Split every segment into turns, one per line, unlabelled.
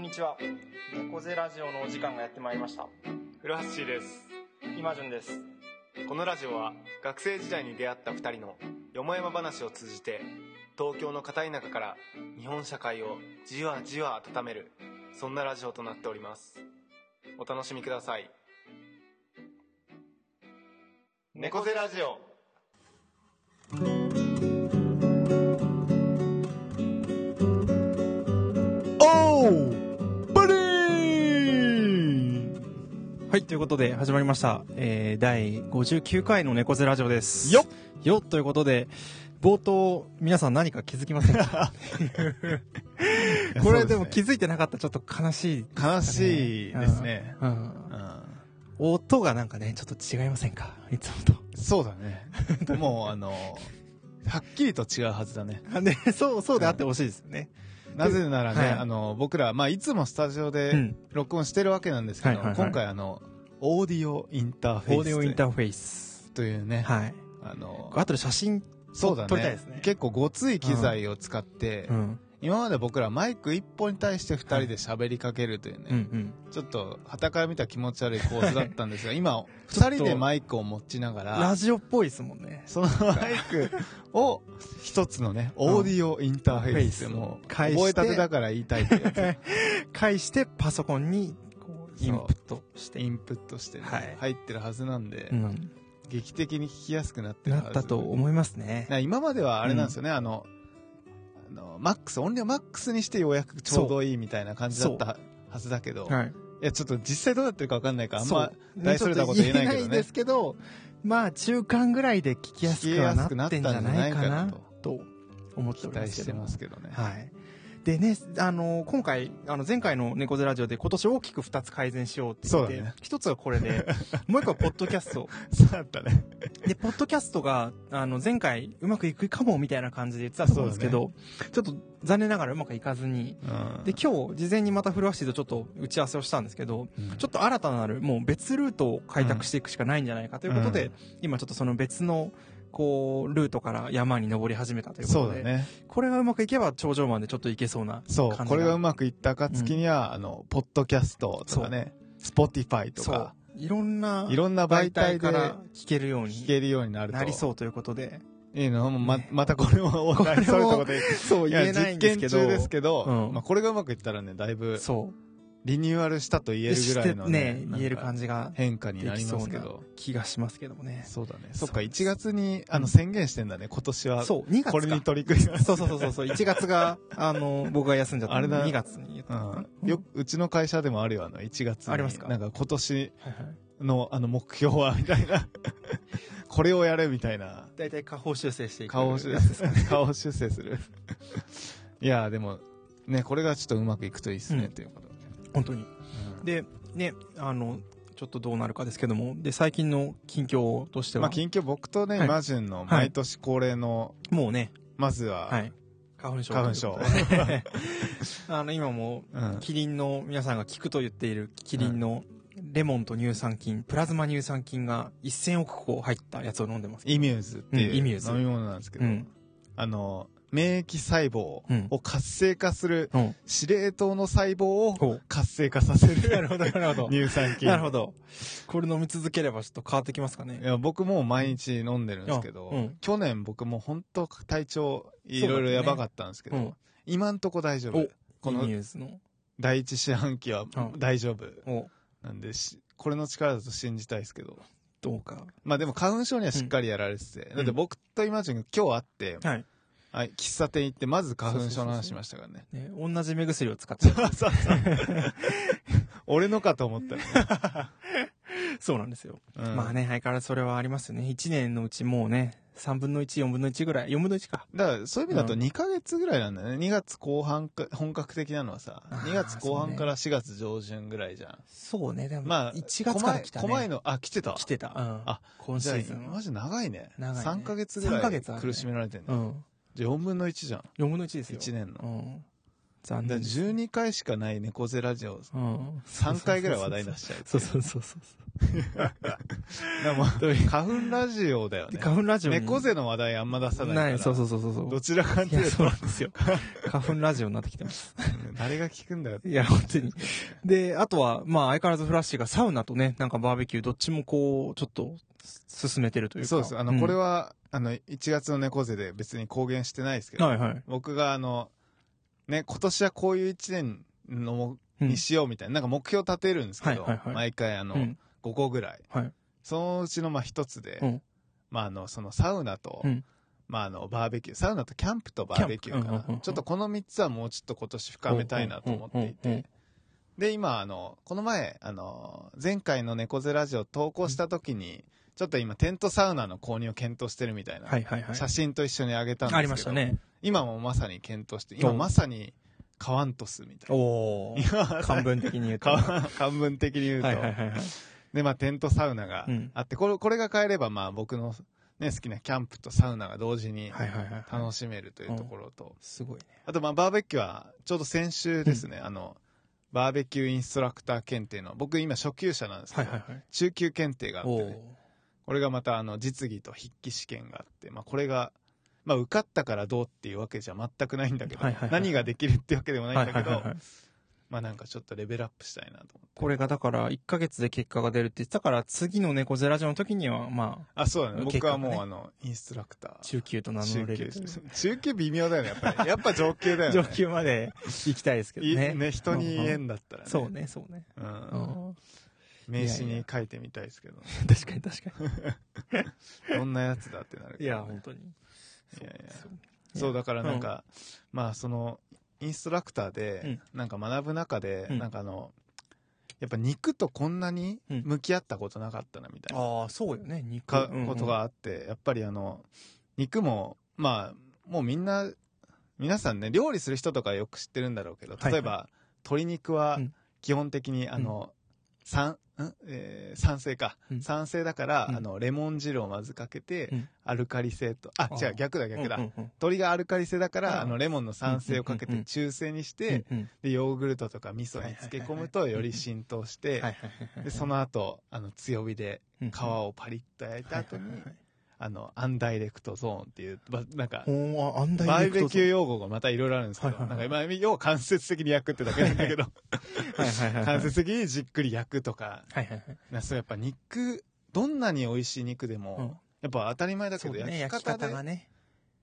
にちは猫背ラジオのお時間がやってまいりました
古橋シーです
今順です
このラジオは学生時代に出会った2人のよもやま話を通じて東京の片田舎から日本社会をじわじわ温めるそんなラジオとなっておりますお楽しみください猫背ラジオ
おーバリー
はい、ということで始まりました。えー、第59回の猫背ラジオです。
よ
よということで、冒頭、皆さん何か気づきません かこれでも気づいてなかったらちょっと悲しい、
悲しいですね。
うん。
うん
音がなんかね、ちょっと違いませんかいつも
そうだね。 もうあの、はっきりと違うはずだね。
と。ね、 そう、そうであってほしいですよね。
なぜならね、
はい
あの、僕ら、まあ、いつもスタジオ
う
で
ん。
録音してるわけなんですけ
は
ど、
いはいはい
今回あの、オーディオインターフェ
オ
ー
ー
ス
デ
で。
ィオインターフェイス。
というね、
はい。
あの、
あとで写真。
そうだね
撮りたいですね
結構ごつい機材を使って、
うん。
今まで僕らマイク一本に対して二人で喋りかけるというね、
うんうん。
ちょっと、旗から見たら気持ち悪い構図だった んですが、今、二人でマイクを持ちなが
ラ
ら、
ジオっぽいですもんね。
そのマイクを一つのね、オーディオインターフェースで
うん
もう、
返して
覚えたてだから言いたい というやつ
返してパソコンに、こう、
そう
インプットして。
インプットしてね、
はい
入ってるはずなんで、
うん。
劇的に聞きやすくなってる
な
はず
ったと思いますね。
な今まではあれなんですよね、あの、あの、マックス、音量マックスにしてようやくちょうどいいみたいな感じだったはずだけど、い、
はい。
や、ちょっと実際どうなってるかわかんないから、あん
そ
ま
う、
大それたこと言えない
ちょ
けど
っと言えない
ね
で。すけど、まあ中間ぐらいで聞きやすくはなってんじゃないかなと思って
期
おりま
待
すけど
して
も。
ますけど ね。
はい。でね、あの、今回、あの、前回の猫背ラジオで今年大きく2つ改善しようって言っ
そう
て
だね、
一、つはこれで、もう一個はポッドキャスト。
そうだったね。
で、ポッドキャストが、あの、前回うまくいくかもみたいな感じで言ってたと思うんですけど、ちょっと残念ながらうまくいかずに、で、今日、事前にまたフルワッシーとちょっと打ち合わせをしたんですけど、
うん、
ちょっと新たなる、もう別ルートを開拓していくしかないんじゃないかということで、
うん
今ちょっとその別の、こう、ルートから山に登り始めたというこ
そ
と
うだ
で、
ね。
これがうまくいけば頂上までちょっといけそうな感じ
そう、これがう
ま
まくいった暁には、あの、ポッドキャストとかね、スポティファイと
そう
か、。
いろんない
ろんな媒
媒
体
体
で
から聞けるよう
聞
に
けるようになると。
なりそうということで、
いいのま、またこれも、
これも
そういうとこで。
そう
い
言
や、
えない
実
んです
験
けど、
中ですけど、
うん
まあ、これがうまくいったらね、だいぶ、
そう。
リニューアルしたと言えるぐらいのね
でして、ね、言える感
じ。
じが
変化になりますけ
でき
ど。
気がしますけどもね。
そうだね。そっ
そ
か、
うです
1月に、あの、宣言してんだね、今年は。
そう、2月か。
これに取り組みます。
そうそうそうそう、1月 が、あの、僕が休んじゃったんで
あれだ
2月に言ったのかな
うん。よく、うちの会社でもあるよ、あの、1月に。
ありますか
なんか今年
はいはい
の、あの、目標は、みたいな。 これをやれ、みたいな。
大体下方修正していく
顔を修
やつですかね
顔を修正する。いや、でも、ね、これがちょっとうまくいくといいですね、
うん
ということで。
本当に
うん
でねあのちょっとどうなるかですけどもで最近の近況としては、
まあ、近況僕とね、
はい
マジュンの
い
毎年恒例の、
もうね、
まずは、
はい、花粉症
花粉 症
あの今も
うん。
キリンの皆さんが効くと言っているキリンのレモンと乳酸菌プラズマ乳酸菌が1000億個入ったやつを飲んでます
イミューズっていう
うんイミューズ
飲み物なんですけど、
うん
あの、免疫細胞
うん
を活性化する
うん
司令塔の細胞を
ほう
活性化させ
な
る
るほどなるほど
乳酸菌。
なるほどこれ飲み続ければちょっと変わってきますか
い
ね
や僕もう毎日飲んでるんですけど、
あうん
去年僕も本当体調いろいろやばかったんですけど、
うん
今んとこ大丈夫
お。
こ
この
の
ニュースの
第一四半期は
うん
大丈夫。
を
なんでし、これの力だと信じたいですけど。
どうか
まあでも花粉症にはしっかりやられてて、
ん
だって僕とイマジンが今日会って、
はい
はい、喫茶店行ってまず花粉症の話しましたからね。
ね、同じ目薬を使って
そうそう そう。俺のかと思ったよね、
そうなんですよ。
うん
まあね、相変わらずそれはありますよね。1年のうちもうね、3分の1、4分の1ぐらい、4分の1か。
だから、そういう意味だと
うん
2ヶ月ぐらいなんだよね。2月後半か、本格的なのはさ、
あー
2月後半から4月上旬ぐらいじゃん。
そうね、でも、
まあ、
1月から来たね。
狛江狛江の、あ、来てた。
来てた。うん。
あ
今シ
じゃ
ーズン
あ、マ
は。
ジ長いね。
長いね
3ヶ月ぐら
三ヶ月あ
い
るね
苦しめられてん
う
ね。
ん。
じゃあ4分の1じゃん。
4分の1ですよ。
1年の。
うん。残
だか
念
ら
です。
12回しかない猫背ラジオ、
うん。
3回ぐらい話題出
し
しちゃう。
そうそうそうそうそう。
だからもう花粉ラジオだよ
で
ね。
花粉ラジオに。
猫背の話題あんま出さないから。
ない、そうそううそうそうそう。
どちらかっ
い
て
や、
いう
そう
と
なんですよ。花粉ラジオになってきてます。
うん 誰が聞くんだよ。
いや、本当に。で、あとは、まあ、相変わらずフラッシーがサウナとね、なんかバーベキュー、どっちもこう、ちょっと、進めてるというか。
そうです。あの、これ
は、
は、あの、1月の猫背で別に公言してないですけど、
はいはい。
僕があの、ね、今年はこういう1年のも、
うん
にしようみたいな、なんか目標立てるんですけど、
はいはいはい
毎回あの、
うん
5個ぐらい。
はい
そのうちのまあ一つで、
うん
まああの、そのサウナと、
うん
まああの、バーベキュー、サウナとキャンプとバーベキューか
キャン
な
プうんうんうんう。ん
ちょっとこの3つはもうちょっと今年深めたいなと思ってい
うんうんうんうん
て。で、今あの、この前、あの、前回の猫背ラジオ投稿した時に、ちょっと今テントサウナの購入を検討してるみたいな
はいはいはい。
写真と一緒にあげたんですけど、
ありましたね。
今もまさに検討して、今
お
まさにカワントスみたい
おー。
な。
漢文的に言うと。は
漢漢文的に言う
い
と、
はいはいはい。
で、まあ、テントサウナが
うん
あって、これ、これが変えれば、まあ、僕のね、好きなキャンプとサウナが同時に
はいはいはい。
楽しめるというところと、
すごいね。
あと、まあ、バーベキューは、ちょうど先週ですね、あの、バーベキューインストラクター検定の、僕今初級者なんですけ
はい
ど、
はいはい。
中級検定があって、
お
ね、これがまた、あの、実技と筆記試験があって、まあ、これが、まあ、受かったからどうっていうわけじゃ全くないんだけど、
はいはいはい
何ができるってわけでも
ー
ないんだけ
はいは
ど、
いはいはい
まあ、なんかちょっとレベルアップしたいなと思って。
これがだから、1ヶ月で結果が出るって言ってたから、次の猫ゼラジオの時には、ま
あ、そうだね。
結
僕
果が
は
ね
もう、あの、インストラクタ
あ、
ー。
中級と名乗
中
れ
級
る
で
という
すね中級微妙だよね、やっぱ り。やっぱ上級だよね。
上級まで行きたいですけど
い
ね。
ね、人に言えんだったらね。
そうね、そうね。
うん。
うん
名刺に書いてみたいですけど、
確かに確か
どんなやつだってなる
に。
けどね
いや、本当に。
いやいや
そう
そう、だからなんか、まあ、その、インストラクターで、なんか学ぶ中で、
うん
なんかあの、やっぱ肉とこんなに
うん
向き合ったことなかったな、みたいな
ああ、そうよね、肉。
か
うんうん
ことがあって、やっぱりあの、肉も、まあ、もうみんな、皆さんね、料理する人とかよく知ってるんだろうけど、
はい
例えば、鶏肉は
うん
基本的に、あの、酸、んえー酸性か
う。ん
酸性だから、
うん
あの、レモン汁をまずかけて、
うん
アルカリ性と、あ、
あ
違う、逆だ、逆だ。
うんうんうん
鶏がアルカリ性だから、
あ
あの、レモンの酸性をかけ
うんうんうんう
て
ん
中性にし
う
て
ん、うん
で、ヨーグルトとか味噌に漬け込むと、
はいはいは
よ
いはい
り浸透して
はい、はいはいはい
で、その後、あの、強火で
うん
皮をパリッと焼いた後に、あの、アンダイレクトゾーンっていう、ばなんか、
おーあ、アンダ
バ
イレ
ー
ク
ベ
ト
キュー用語がまたいろいろあるんですけど、
はいはいはい
なんか今、要は間接的に焼くってだけなんだけど、
はいはいはいはい。
間接的にじっくり焼くとか、
はいはいはい。
なそうやっぱ肉、どんなに美味しい肉でも、
うん
やっぱ当たり前だけ
そう
ど、
だね、
焼
焼き
き方
方
で、
が
ね
ね、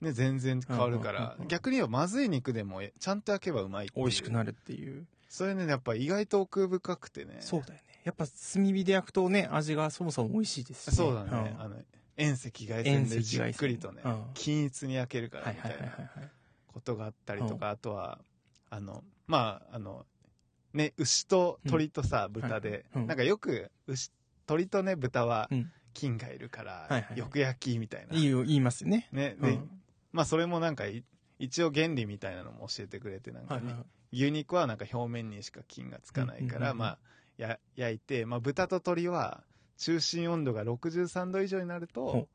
全然変わるか
うんうん
ら
うんうん、
逆に言えばまずい肉でも、ちゃんと焼けばうまいっていう
美味しくなるっていう。
それね、やっぱ意外と奥深くてね。
そうだよね。やっぱ炭火で焼くとね、味がそもそも美味しいですし
そうだね。あの、遠赤外線でじっくりとね
遠赤外線うん、
均一に焼けるか
うん
ら
はい
み
は
た
い
い
はいはい
な。
はい。
ことがあったりとか、あとは、あの、まあ、あの、ね、牛と鳥とさ、豚で、
はいうん
なんかよく、牛、鳥とね、豚は
うん、
菌がいるか
はい
ら
は、い
よく焼きみたいな。
いいよ、言いますよね。
ね、
う
で
ん、
まあ、それもなんかい、一応原理みたいなのも教えてくれて、なん
は
か
いはい
ね
はい、
牛肉はなんか表面にしか菌がつかな
うん
いか
うんうん
ら、
うん
まあ、や、焼いて、まあ、豚と鳥は、中心温度が63度以上になる
ほ
と、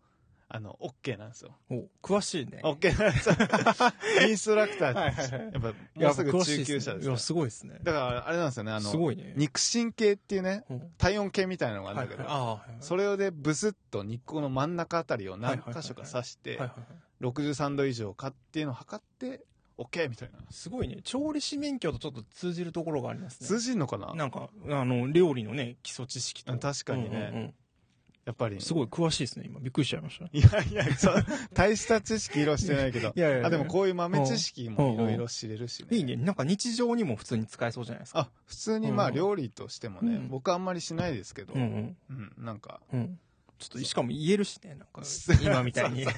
あの、OK なんですよ。
お、詳しいね。
OK なんですよ。 インストラクター
はいはいはい
やっぱ、
いや
もうすぐ
詳しい
中級
っ
者
ね
です
いや、
から。
すごいですね。
だから、あれなんですよね、あ
す
の、
ごいね。
肉親系っていうね、
うん
体温計みたいなのがあるんだけ
はいはい
ど、
ああはいはい
それをでブスッと日光の真ん中あたりを何箇所か刺し
はい
て
はい、はい
63度以上かっていうのを測って、OK! みたいな。
すごいね。調理師免許とちょっと通じるところがありますね。
通じんのかな
なんか、あの、料理のね、基礎知識と。
うん確か
う
にね
んうんうん
やっぱり。
すごい詳しいですね、今。びっくりしちゃいました。い。
いやいや、そう大した知識色してないけど
やい
あ、でもこういう豆知識もいろいろ知れるしね。
いいね。なんか日常にも普通に使えそうじゃないですか。
あ、普通にま
う
あ
ん
料理としてもね、
うん
僕あんまりしないですけど、
う
うん、
うんん。
なんか、
うん。ちょっと、しかも言えるしね、なんか、今みたいに。
ド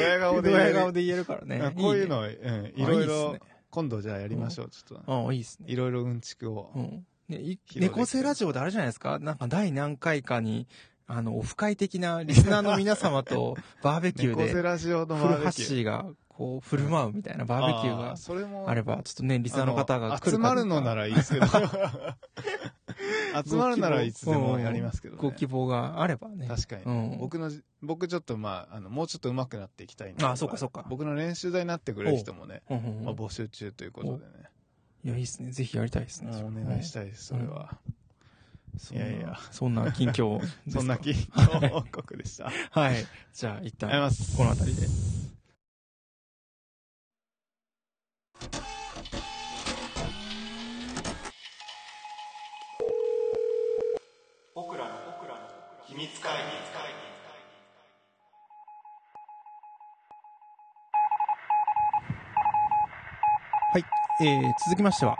ヤ顔で
ド
言え
ヤ
る
顔で言えるからね
あ。こういう
ね
の、うん、
あ
いろい
いいっ
ろ
すね、
今度じゃあやりましょう、ちょっと。
ああ、いいですね。
いろいろうんちくを
う。ん。ね、い
披露できて
猫背ラジオであれじゃないですかなんか第何回かに、あの、オフ会的なリスナーの皆様 とバーベキュー
猫背
で、
ラジオの
フル
バ
ハ
ー
ッ
ベキュ
シ
ー。
ーが、こう、振る舞うみたいなバーベキュー
あ
が
それも
あれば、ちょっとね、リスナーの方が
あ
来る
集まるのな
ら、
らいいですけど。 集まるならいつでもやりますけど
ご
ね
希。望があればね。
確かに
う。ん。
僕の、僕ちょっとまあ、あの、もうちょっと上手くなっていきたいんで
あそうかそうか
僕の練習台になってくれる人もね、
うんうんうん
まあ募集中ということでね。
いや、いいですね。ぜひやりたいですね。
もうお願いしたいです、それは。
そんない
やいや。
そんな近況ですか。
そんな緊張報告でした。ありが
はい。じゃあ、一
とうござい
旦、
ます。
この辺りで。
「
えー続きましては、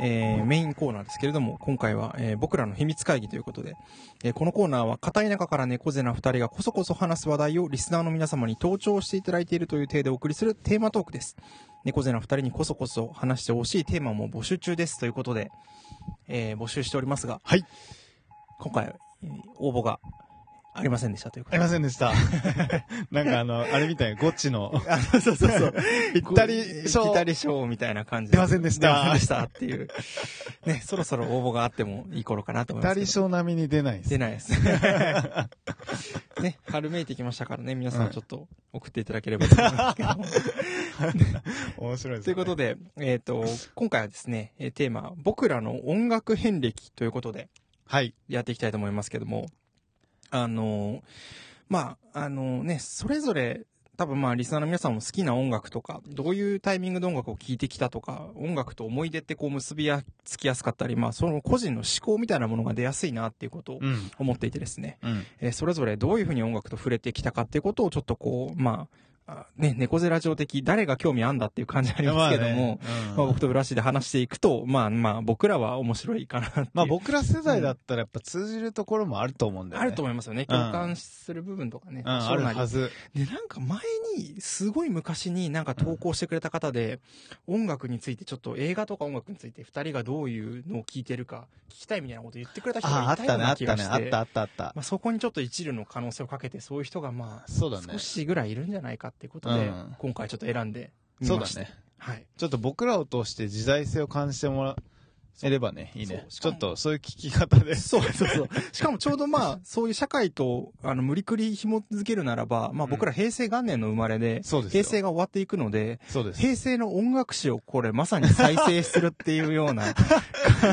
えーメインコーナーですけれども、今回は、えー僕らの秘密会議ということで、えーこのコーナーは、片田舎から猫背な二人がこそこそ話す話題をリスナーの皆様に登聴していただいているという体でお送りするテーマトークです。猫背な二人にこそこそ話してほしいテーマも募集中ですということで、えー募集しておりますが、
はい
今回、えー応募がありませんでしたということ
あり
で。
ません でした。なんかあの、あれみたい、ゴッチの、
あそうそうそう。
ぴったり賞
ぴったり賞みたいな感じ
出ませんでした
出ませんでしたっていう。ね、そろそろ応募があってもいい頃かなと思います
二
けど。
人賞並みに出ないです。
出ないです。ね、春めいてきましたからね、皆さんちょっと送っていただければと思いますけど。
面白いです
という
ね。
ことで、えっ、と、今回はですね、えーテーマ、僕らの音楽遍歴ということで、
はい。
やっていきたいと思いますけども、あの、まあ、あのね、それぞれ、多分まあ、リスナーの皆さんも好きな音楽とか、どういうタイミングで音楽を聴いてきたとか、音楽と思い出ってこう結びやつきやすかったり、まあ、その個人の思考みたいなものが出やすいなっていうことを
うん。
思っていてですね、
うん。
えーそれぞれどういうふうに音楽と触れてきたかっていうことをちょっとこう、まあ、あね、猫背ラジオ的、誰が興味あんだっていう感じありますけども、
まあねうん
まあ僕とブラシで話していくと、まあまあ僕らは面白いかなっていう。
まあ僕ら世代だったらやっぱ通じるところもあると思うんだよ
あ
ね。
ると思いますよね。
うん
共感する部分とかね。
うん、あるは
ず。で、
ず。
なんか前に、すごい昔になんか投稿してくれた方で、音楽についてちょっと映画とか音楽について二人がどういうのを聴いてるか、聞きたいみたいなこと言ってくれた人
ああ、
が
あ
い
ったた
よう
ね、あ
な
っ
気が
たね、
し
あってた、あった、あった
ま。あそこにちょっと一縷の可能性をかけて、そういう人がまあ、
そうだね
少。しぐらいいるんじゃないかっていうことで、
うん
今回ちょっと選んでみ
そう
ま
だ
した。
ね。
はい。
ちょっと僕らを通して時代性を感じてもらえればね、いいね。
そうし
ち
か
ょ
も
っとそういう聞き方で。
そうそう そう。しかもちょうどまあ、そういう社会と、あの、無理くり紐づけるならば、まあ僕ら平成元年の生まれで、
そうですよ
平成が終わっていくので、
そうです。
平成の音楽史をこれまさに再生するっていうよう な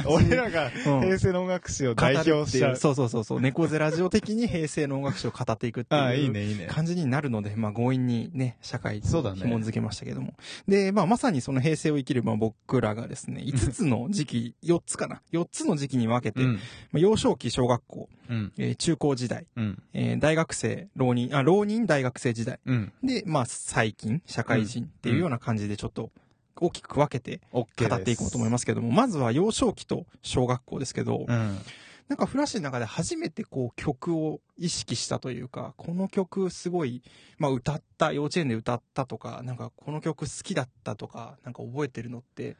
俺らが平成の音楽史を代表しち
語るっていう
ゃ。
うそうそうそうそう猫背ラジオ的に平成の音楽史を語っていくっていう
ああ、いいね、いいね。
感じになるので、まあ強引にね、社会と
そうだね
紐づけましたけども。で、まあまさにその平成を生きる、まあ僕らがですね、5つの時期、4つかな ?4 つの時期に分けて、
うん。
まあ幼少期、小学校、
うん。
えー中高時代、
うん。
えー大学生、浪人、あ、浪人、大学生時代。
うん。
で、まあ最近、社会人っていうような感じでちょっと大きく分けて
OK です。
語っていこうと思い
ま
ますけども、まずは幼少期と小学校ですけど、
うん。
なんかフラッシュの中で初めてこう曲を意識したというか、この曲すごい、まあ歌った、幼稚園で歌ったとか、なんかこの曲好きだったとか、なんか覚えてるのって、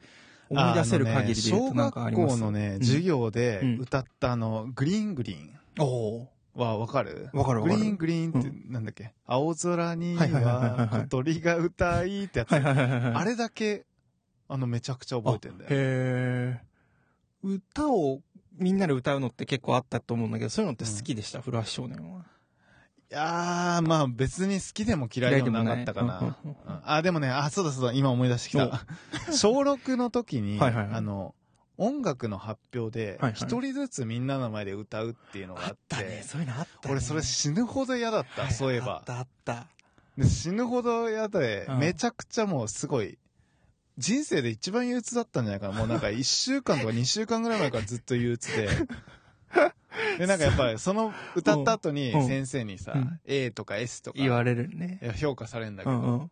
思い出せる限りで言うとなんかあります。
あのね小学校のね
ん、
授業で
うん
歌ったあの、グリーングリーン
お
はわかる
ーわかるわ
グ
か
リ
る。
ーングリーンって
う
なんだっけ、青空に
はいはいはいはいはい
は小鳥が歌いってやつ。
はいはいはいはいはい。
あれだけ、あの、めちゃくちゃ覚えてんだよ。
へえ。歌をみんなで歌うのって結構あったと思うんだけど、そういうのって好きでした、フラッシュ少年は。
いやー、まあ別に好きでも嫌いでもなかったか
嫌いでもない。
な
うんうんうん
うんあ、でもね、あ、そうだそうだ、今思い出してきた。小6の時に、
はいはいはい
あの、音楽の発表で
はいはい、
一人ずつみんなの前で歌うっていうのがあって、
そういうのあった
俺それ死ぬほど嫌だった、そういえ
あ
ば
っ。たあった。
で死ぬほど嫌で、
うん
めちゃくちゃもうすごい、人生で一番憂鬱だったんじゃないかな。もうなんか1週間とか2週間ぐらい前からずっと憂鬱 で。で、なんかやっぱりその歌った後に
うん
先生にさ、
うん
A とか S とか
言われるね
い。や評価されるんだけ
う
ど、
んうん。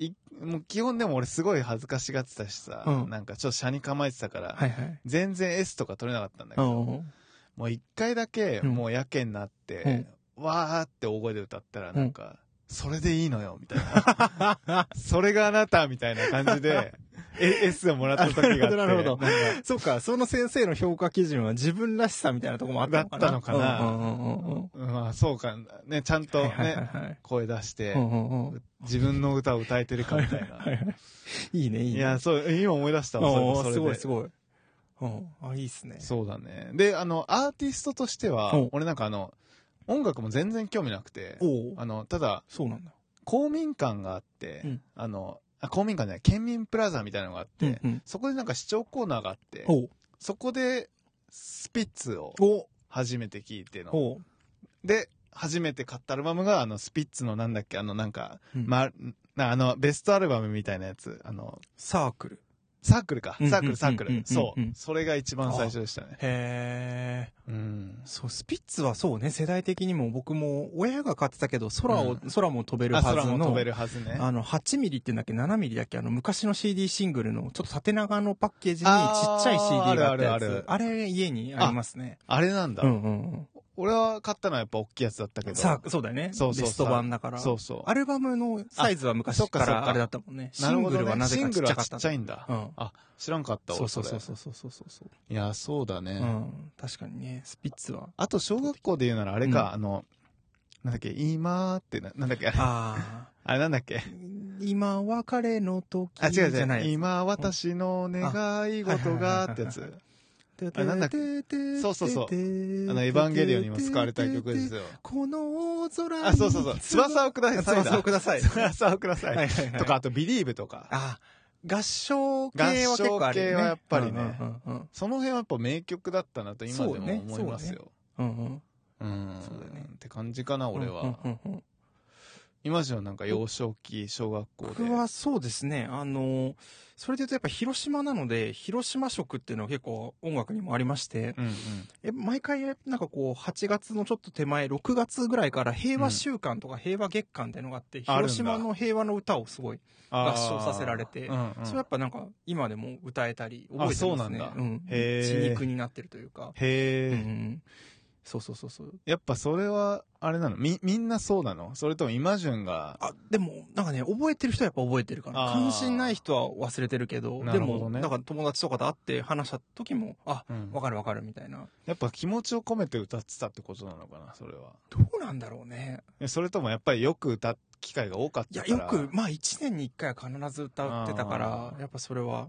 いもう基本でも俺すごい恥ずかしがってたしさ、
うん
なんかちょっと車に構えてたから、
はいはい。
全然 S とか取れなかったんだけ
う
ど、
んうん。
もう一回だけ
うん
もうやけになって、わーって大声で歌ったらなんか、それでいいのよ、みたい な。それがあなた、みたいな感じで、え S をもらった時があって。
なるほどな
なんか
そっか、その先生の評価基準は自分らしさみたいなとこもあったのかな。
だったのかな
うんうんうんうんうん。
うんまあそうか、ね、ちゃんと
はいはいはい
ね、
はい。
声出して
う、んうんうん
自分の歌を歌えてるかみたい
はい
な。
はいいいね、いい
い
ね。
や、そう、今思い出したわ、それ
おー
それです
ごいすごい。うん。あ、いいっすね。
そうだね。で、あの、アーティストとしては
うん、
俺なんかあの、音楽も全然興味なくて、
おー
あの、ただ、
そうなんだ。
公民館があって、
うん
あの、あ公民館じゃない、県民プラザみたいなのがあって、
うんうん。
そこでなんか視聴コーナーがあって、
おう
そこでスピッツを
お
初めて聞いての。
おう
で、初めて買ったアルバムが、あの、スピッツのなんだっけ、あの、なんか、
うん
ま、なあの、ベストアルバムみたいなやつ、あの、
サークル。
サークルか。
うん
サークル、サーク
うんうん
ル。
うん
そ
うん
う。それが一番最初でしたね。
へえ。
うん。
そう、スピッツはそうね、世代的にも僕も親が買ってたけど、空を、
う
空も飛べるは
あ、
ずの。
空も飛べるはずね。
あの、8ミリって言うんだっけ ?7 ミリだっけあの、昔の CD シングルの、ちょっと縦長のパッケージにち
あー
っちゃい CD があったや
あるある
つ。
ある
あれ、家にありますね。
あれなんだ
う。んうん
俺は買ったのはやっぱ大きいやつだったけ
うん。
ど。
さあ、そうだよね。
そうそうそう
ベスト版だから。
そうそう。
アルバムのサイズは昔か
あそっかそっ
ら
か
あれだったもんね。シ
なる
ン
ほ
グ
ど
ルは
ね。
なぜ
シ
か
ン
ち
グ
っ
ル
ちゃ
は
か
ち
った
っちゃ
い。
いんだ
う。ん。
あ、知らんかった
そう
俺
そうそう
れ
そうそうそうそう。
いや、そうだ
う
ね。
ん。確かにね、スピッツは。
あと、小学校で言うならあれか、あの、なんだっけ、今ーってな、なんだっけ、あれ
ああ。
あれなんだっけ。
今は彼の時
あ、違う
じゃな
違う。
い。
今私の願い事がってやつ。あなんだっけそうそうそう あの、エヴァンゲリオンにも使われた曲で すよ。
この大空に
あ、そうそうそう。翼をください。
翼をください。
翼をくださ
はい
い。
はいはい
とか、あと、ビリーブとか。
あ、合唱系は結構あるよね。
合唱系はやっぱりね
うんうん
その辺はやっぱ名曲だったなと今で
そうね
も思いますよ。
うんうん。
うん。
そうだよね
って感じかな、俺は。
うんうんうん
今じゃなんか幼少期、小学校で。
僕はそうですね、あの、それで言うとやっぱ広島なので、広島色っていうのは結構音楽にもありまして、
うんうん。
え毎回なんかこう、8月のちょっと手前、6月ぐらいから平和週間とか平和月間っていうのがあって、
あるんだ
広島の平和の歌をすごい
あー
合唱させられて
うんうん
それやっぱなんか今でも歌えたり覚えてますね
あそうなんだ
うん
へー
血肉になってるというか、
へ
う
え、
んうん、そうそうそうそう
やっぱそれは、あれなのみ、みんなそうなのそれともイマジュンが、
あでもなんかね覚えてる人はやっぱ覚えてるから
あー
関心ない人は忘れてるけど
な
で
るほど
も
ね
だから友達とかと会って話した時もあ
うん
わかるわかるみたいな
やっぱ気持ちを込めて歌ってたってことなのかな、それは。
どうなんだろうね
えそれともやっぱりよく歌う機会が多かっ
いや
たから
よくまあ1年に1回は必ず歌ってたから
あー
やっぱそれは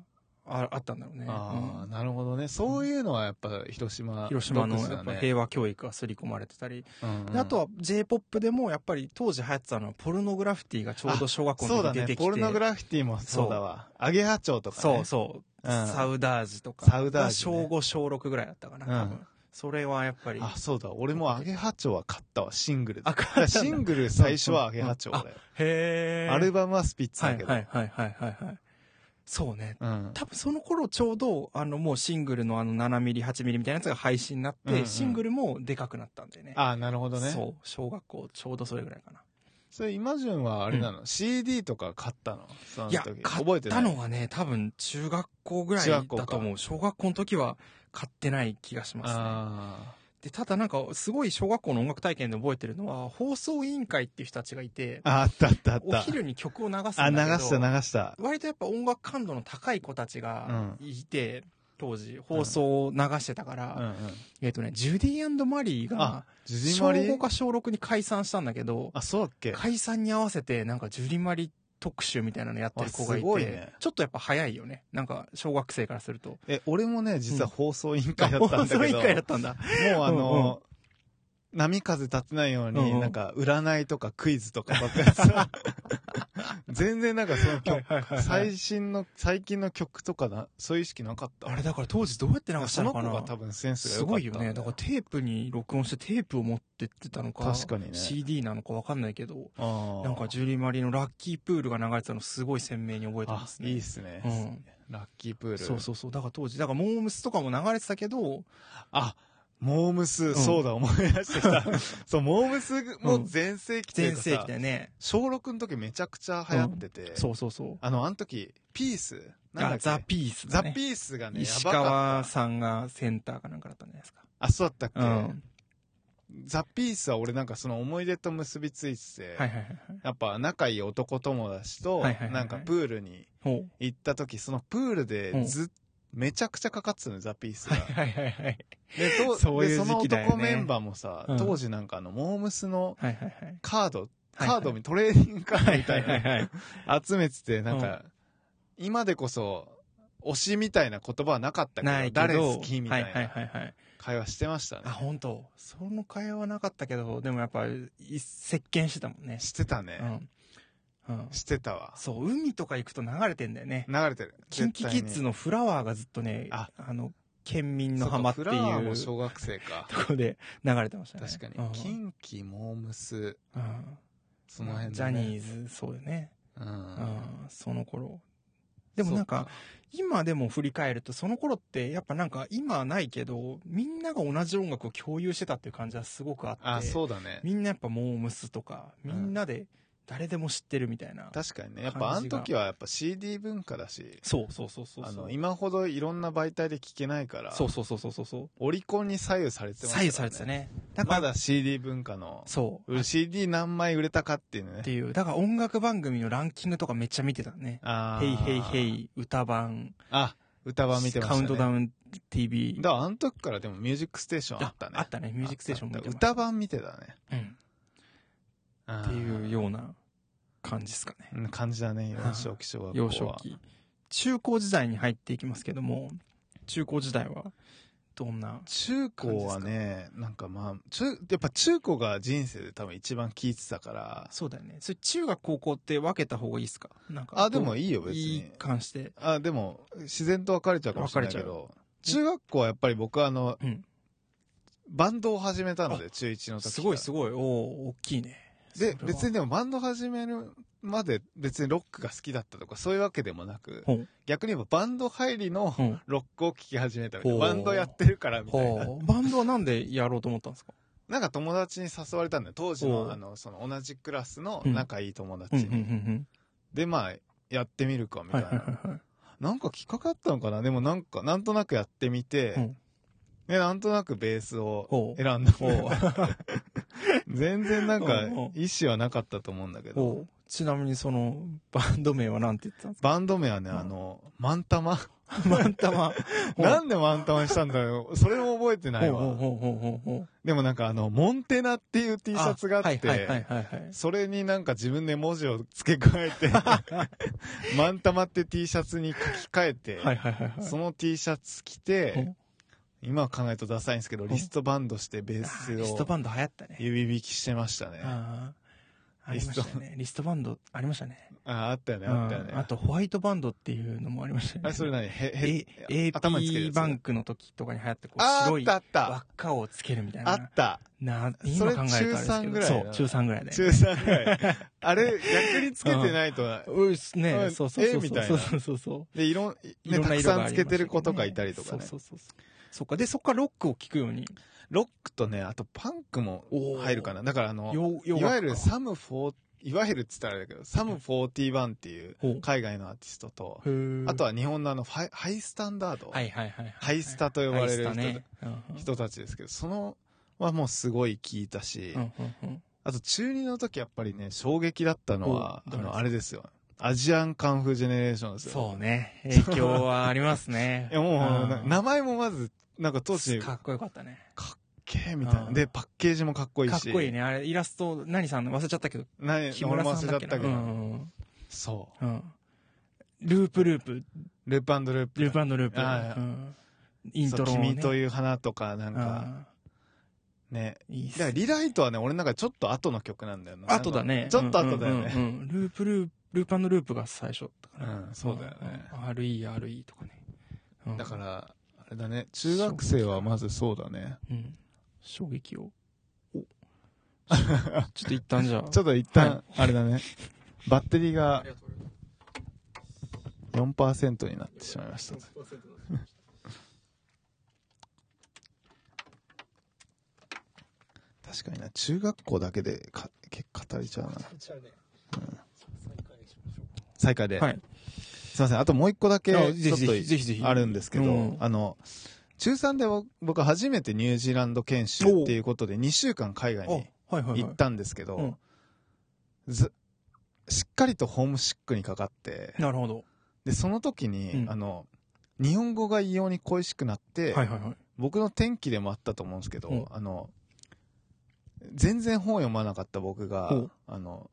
ああったんだろうね、
ああ、
うん
なるほどね。そういうのはやっぱ広島、
広島の
独自
や
だ
っぱ
ね
平和教育が刷り込まれてたり
うんうん
であとは J-POP でもやっぱり当時流行ってたのはポルノグラフィティがちょうど小学校
そ
の
うだ
時出
ね
て。きて。
ポルノグラフィティもそうだわ。アゲハチョウとか
そ
ね。
うそう。
うん
サウダージとか。
サウダージ
小
ね
5、小6ぐらいだったかな、多分。
うん
それはやっぱり。
あ、そうだ。俺もアゲハチョウは買ったわ、シングルで。
あ買ったんだ
シングル最初はアゲハチョウだよ。
へー
アルバムはスピッツ
は
だ
い
けど。
はいはいはいはいはい。そうね。
うん。
多分その頃ちょうど、あのもうシングルのあの7ミリ、8ミリみたいなやつが配信になって、
うんうん
シングルもでかくなったんだよね。
ああ、なるほどね。
そう。小学校ちょうどそれぐらいかな。
それ、イマジュンはあれなの、?CD とか買ったのその
い
時。
や、
覚
買っ
えて
た
ない
の。はね、多分中学校ぐらい
中
だ
学校か
と思う。小学校の時は買ってない気がしますね。
あ
で、ただなんか、すごい小学校の音楽体験で覚えてるのは、放送委員会っていう人たちがいて
ー、あ。あったあったあっ
お
た。
昼に曲を流すんだけど、
あ、流した流した。
割とやっぱ音楽感度の高い子たちがいて、当時、放送を流してたか
う
ら、
んうん。
えっ、とね、ジュディマリーが
あ、ジュディ
小
マリ
5か小6に解散したんだけど、
あ、そうだっけ
解散に合わせて、なんかジュディマリー特集みたいなのやってる子がい
あすごい
て、
ね
ちょっとやっぱ早いよね。なんか、小学生からすると。
え、俺もね、実は放送委員会だったんだ
放送
け
委
ど、
員会だったんだ。
もうあ
うんう
の、波風立てないよう
うんうん
に、なんか、占いとかクイズとかばっかり さ、全然なんかその曲、最新の、最近の曲とかな、そういう意識なかった。
あれだから当時どうやって流した
そ
の
の
か
子
な
が多分センスが
す
良か
ご
ったん
いよね。だからテープに録音してテープを持ってってたのか、
確かにね。
CD なのかわかんないけど、
あー
なんかジュリー・マリーのラッキープールが流れてたのすごい鮮明に覚えてま
あ
す、ね。
いいっすね。
うん
ラッキープール。
そうそうそう。だから当時、だからモームスとかも流れてたけど、
あ、モームス、
ん
そうだ、思い出してき た。そう、モームスも全盛期とい
全
うかさ
盛期だよね。
小6の時めちゃくちゃ流行ってて、
そうそうそう。
あの、あの時、ピース、
あ
なんだっけ
ザ・ピース
ザ・
だ
ピ
ね。
ースがね、
石
やばか
川
った。
さんがセンターかなんかだったんじゃないですか。
あ、そうだった
うん。
っけ、ザ・ピースは俺なんかその思い出と結びついてて、
はいはいはいはい。
やっぱ仲いい男友達と、
はいはいはいはい
なんかプールに
ほう。
行った時、そのプールでずっ、めちゃくちゃかかってたの、ザ・ピースが。
はいはいはいはい。
で、と
そういう
でその
時期だよね
男メンバーもさ、
うん
当時なんかあの、モームスの
はいはいはい。
カード、
はい
カードにトレーニングカードみたい
はいはいはい
な、集めてて、なんか、今でこそ、推しみたいな言葉はなかったけど、
ないけど、
誰好きみたい
はいはい
な
はいはい。
会話してましたね
あ、。本当その会話はなかったけど、でもやっぱ、い席巻してたもんね。
してた
う
ね。
ん。うん。
してたわ。
そう、海とか行くと流れてんだよね。
流れてる。
キンキキッズのフラワーがずっとね、あ
あ
の、県民の
の
浜ってい
フラワーも
うと
小学 生か。
こで流れてましたね。
確かに
うん。
キンキ、モームス、
うん
その辺
ジ
だ
ャ
ね
ニーズ、そうよね。う
う。
んん。その頃。でもなんか、今でも振り返ると、その頃って、やっぱなんか、今はないけど、みんなが同じ音楽を共有してたっていう感じはすごくあって、
あ、そうだね。
みんなやっぱモームスとか、みんなで誰でも知ってるみたいな。
確かにね。やっぱあの時はやっぱ CD 文化だし、
そうそうそうそう
あ
そう。
の、今ほどいろんな媒体で聴けないから、
そうそうそうそうそうそう。
オリコンに左右されてますから
左右されてた。ね。だから、
まだ CD 文化の、
そう。っ
CD 何枚売れたかっていうのね
て。いう。だから音楽番組のランキングとかめっちゃ見てたね。
あー
ヘイヘイヘ。イ、歌番、
あ、歌は見てました
カ
ね。
ウントダ
ン。
ウン TV。
だからあの時からでもミュージックステーションあったね。
あったね。ミュージックステーションも
あっ
見
た
てました
歌版見てたね。
うん。
っ
っていうような感じですかね。
うん感じだね、幼少期小学校は。
幼少期。中高時代に入っていきますけども、中高時代は、どんな、
中高はね、なんかまあ、中、やっぱ中高が人生で多分一番聴いてたから、
そうだよね。それ中学高校って分けた方がいいですかなんか。
あ、でも
い
いいよ別
い
に。
関して。
あ、でも、自然と別れちゃうかもしれないけど、中学校はやっぱり僕はあの、
うん
バンドを始めたので、中1の時から。
すごいすごい。おお大きいね。
で、
それは
別にでもバンド始めるまで別にロックが好きだったとかそういうわけでもなく
ほう、
逆に言えばバンド入りの
うん
ロックを聴き始めたみたいな。
ほう
バンドやってるからみたいな。
ほうバンドはなんでやろうと思ったんですか
なんか友達に誘われたんだよ。当時
ほう
の、あの、その同じクラスの
うん
仲いい友達
うん、う
に。
ん、うん、
で、まあ、やってみるかみ
うん。は
たい
い、はい、
な。
はいはい。
なんかきっかけあったのかなでもなんか、なんとなくやってみて、
うん
で、なんとなくベースを
ほう
選んだ。
おー
全然なんか
うんうん、
意思はなかったと思うんだけど。
おーちなみにその、バンド名はなんて言ってたんです
バンド名はね、
うん
あの、マンタマ。
かマンタマ。ほう
なんでマンタマにしたんだよ。それも覚えてない
ほう
わ。
ほうほうほうほうほう
でもなんかあの、モンテナっていう T シャツがあっ
はいはいはい
て、
はいはい。
それになんか自分で文字を付け加えて、マンタマって T シャツに書き換えて、
はいはいはいはい。
その T シャツ着て、今考えるとダサいんですけど、リストバンドしてベー
あ
ス
ーリスト
を
バンド流行ったね。
指弾きしてましたね。あ
ああ、ありましたよね。リストバンドありましたね。
あ、あったよね、あったよね。
うんあとホワイトバンドっていうのもありましたよ
あ
ね。
れ、それ何へ、
え
へ、頭につける
AP
やつ
バンクの時とかに流行ってこう
あ
白
ー
い
あ
輪っ
ったあっ
かをつけるみたい
た。あ
な
っ。た。
な、今考えるとあれです
それ中
け
三
ど。
ぐらい
そ
だよ
う、
な
中3ぐらいで。
中3ぐらい。 あれ、逆につけてないと、
うっすね
う。ん
そうそうそう
えみ
そう。
たい
そう
な
そうそうそう。
で、いろん、
い
ね、
ろん
た
な
く
色
さ
が
ん
ありました
つ
けどね
けてる子とかいたりとかね。
そうそうそうそう。そっか。で、そっからロックを聞くように。
ロックとね、あとパンクも
おー
入るかな。だからあの、
よ、
い
よ
わゆるサム4、いわゆるっつったらあれだけど、サム41っていう
ほう
海外のアーティストと、あ
あ
とは日本のあのファイ、ハイスタンダード、
はいはいはいはい。
ハイスタと呼ばれる人,、
ハイスタね。うんうん
人たちですけど、そのはもうすごい聞いたし、
うんうんうん
あと中2の時やっぱりね、衝撃だったのは、
お誰です
あの、
か
あれですよ。アジアンカンフージェネレーションですよ。
そう
。
ね。影響はありますね
いやもう、な
うん
名前もまず、なんか当時、
かっこよかったね。
けーみたいな。
うん
で、パッケージもかっこいい
かっ
し。
こいいね。あれ、イラスト、何さんの忘れちゃったけど、
何、
木村
俺も
さ
忘
ん
れ
だ
ちゃ
っ
っ
け
た
な。
け
う
ど。
ん
そ
うんうん。ループループ、
う。ループループ。
ループループ。
ああ
うんイン
そう
トロもね。
君と
いう
いう花とか、なんか、ね。
いいっ
だから
す。
リライトはね、俺の中でちょっと後の曲なんだよな。
あとだね。
ちょっと後だよね。
うんうんうん。ループループ、ループループが最初だったかな。
うんそうだよね
うん。RE、RE とかね。うん
だか、ら、あれだね。中学生はまずそうだね。
うん。衝撃を。おちょっと一旦じゃあ。
ちょっと一
は
旦、あれだね。バッテリーが
りがとうございま
4%になってしまいました。確かにな、中学校だけでか、結構語れちゃうな。
す。じゃあね、
再開で。
はい。
すいません。あともう一個だけ、ちょ
あ
っ
ぜひぜひぜひぜひ
とあるんですけど、
うん
あの、中3で僕僕初めてニュージーランド研修っていうことで2週間海外
あ、は
に
いはいはい。
行ったんですけど、
うん
ずしっかりとホームシックにかかって、
なるほど。
で、その時に、
うん
あの、日本語が異様に恋しくなって、
はいはいはい。
僕の転機でもあったと思うんですけど、
うん
あの、全然本読まなかった僕が
ほう、
あの、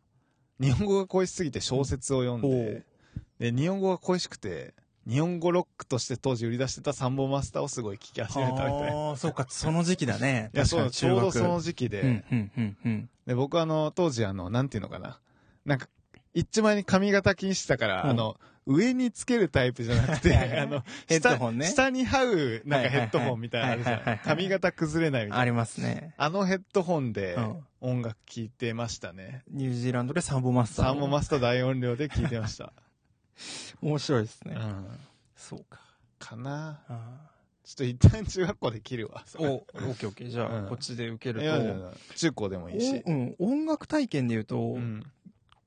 日本語が恋しすぎて小説を読んで、で、日本語が恋しくて、日本語ロックとして当時売り出してたサンボマスターをすごい聞き始めたみたいな。い
ああ、そうか、その時期だね。
や、そう、ちょうどその
時
時期で、
期うん、うん、うん、うん。
で、僕はあの、当時あの、なんていうのかな。なんか、一枚に髪型気にしてたから、
うん
あの、上につけるタイプじゃなくて、 あの、
ヘッドホンね
下下に這う、なんかヘッドホンみたいなのあるじ
はいはいは
ゃ
いはい。はいはいはい
ん髪型崩れないみた
あ
いな。
りますね。
あのヘッドホンで
うん
音楽聴いてましたね。
ニュージーランドでサンボマスター。
サンボマスター大音量で聴いてました。
面白いですね。
うん。
そうか。
かな
あ
ちょっと一旦中学校で切るわ。
ーお、オッケーオッケー。じゃあ、
うん
こっちで受け
い
る
やいやい
と。
や中高でもいいし
お。うん、音楽体験で言うと
う、ん。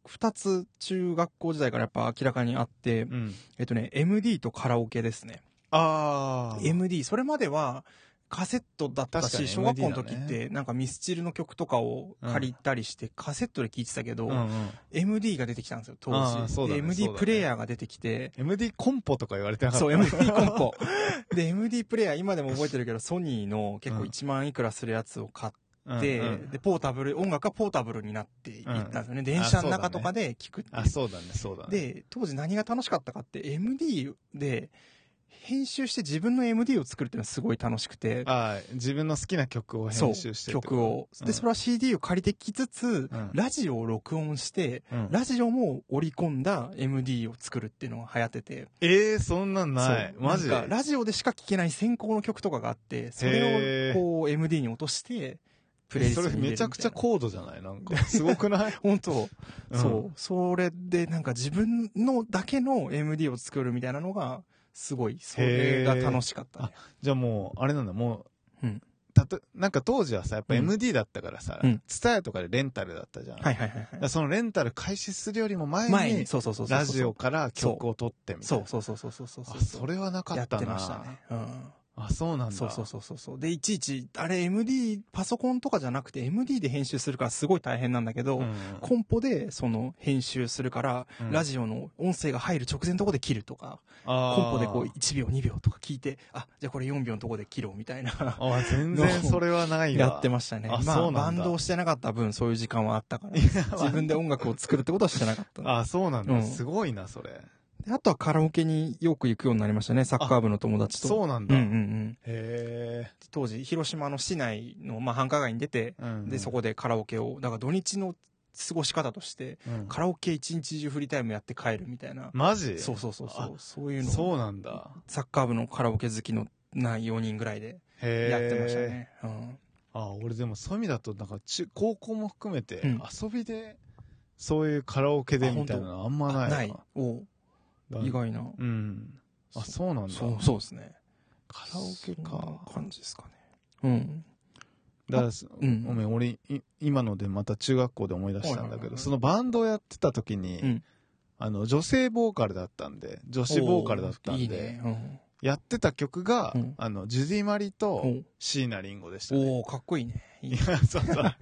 二、つ中学校時代からやっぱ明らかにあって、
うん。
えっとね、MD とカラオケですね。
ああ。
MD、それまではカセットだった
確か
し、
に
小学校の
MD だ
時
ね
ってなんかミスチルの曲とかを借りたりして、カセットで聴いてたけど、
うんうん。
MD が出てきたんですよ、当
あー
時。
そうだね
で、
そう
MD
だね
プレイヤーが出てきて、
MD コンポとか言われてなかった。
そう、MD コンポ。 で、MD プレイヤー、今でも覚えてるけど、ソニーの結構
うん
1万いくらするやつを買
うん
って、
うん
で、ポータブル、音楽がポータブルになっていったんですよね。電車の中とかで聞くっていう
あ、そうだね、そうだね。、
で、当時何が楽しかったかって、MD で、編集して自分の MD を作るっていうのはすごい楽しくて、
あー自分の好きな曲を
そう
編集して、
曲を。で、それ
は、
は CD を借りてきつつ
うん、
ラジオを録音して、
うん
ラジオも織り込んだ MD を作るっていうのが流行ってて、
ええー、そんなんない。
そう
マジ
なんか
で。
ラジオでしか聴けない先行の曲とかがあって、それ
へー
をこう MD に落として、プレイリスト
そ
に
れ
入れる
め
み
ち
たい
ゃ
な
くちゃ高度じゃないなん か、すごくない
本当、
うん
そう。それでなんか自分のだけの MD を作るみたいなのが、すごい、それが楽しかったね。
じゃあもう、あれなんだ、も
う
う、
ん
たと、なんか当時はさ、やっぱ
うん
MD だったからさ
うん、
ツタヤとかでレンタルだったじゃん。。
はいいはいはいはい。
そのレンタル開始するよりも前
前
に
に、、そうそうそうそう。
ラジオ。から曲を撮ってみたい
そ
な
う。そうそうそうそうそう。
あ、それはなか
や
っ
った
な。
てましたね。うん。
あ、そうなんだ。
そうそうそうそうそう。で、いちいち、あれ MD、パソコンとかじゃなくて MD で編集するからすごい大変なんだけど、
うん
コンポでその編集するから、
うん
ラジオの音声が入る直前のとこで切るとか、
あー
コンポでこう1秒2秒とか聞いて、あ、じゃあこれ4秒のとこで切ろうみたいな。
あ、全然それはないわ。
やってましたね。
あ
ま
そう
あ、
なんだ
バンドをしてなかった分、そういう時間はあったから、
まあ
自分で音楽を作るってことはしてなかった。
あ、そうなんだ。
うん
すごいな、それ。
であとはカラオケによく行くようになりましたね、サッカー部の友達と。
そうなん
う
だ。
んうんうん。
へ
当時、広島の市内の、まあ、繁華街に出て、
え。うん
で、そこでカラオケを、だから土日の過ごし方として、
うん
カラオケ一日中フリータイムやって帰るみたいな。
マジ
そうそうそうそ
あ
う。そういうのを
そうなんだ。
サッカー部のカラオケ好きのない4人ぐらいで
へえ。
やってました。ね。うん
あ、俺でもそういう意味だと、なんか中、高校も含めて、
うん
遊びで、そういうカラオケで
あ
みたいなのあんまないわ。
ない。お
だ
意外な。
うん。あ、そうなんだ。
そう、そうですね。
カラオケ
そん
か。
な感じですかね。うん。
だから、
うん
ごめん、俺、い今のでまた中学校で思い出したん
は
だ
いはい
け
は
ど、
い
そのバンドをやってた時に、
うん
あの、女性ボーカルだったんで、女子ボーカルだったんで、
いいね。うん
やってた曲が、
うん
あの、ジュディ・マリ
お
と
う
椎名林檎でしたね。
おーかっこいいね。いい
い
ね
や、そうそう。 だか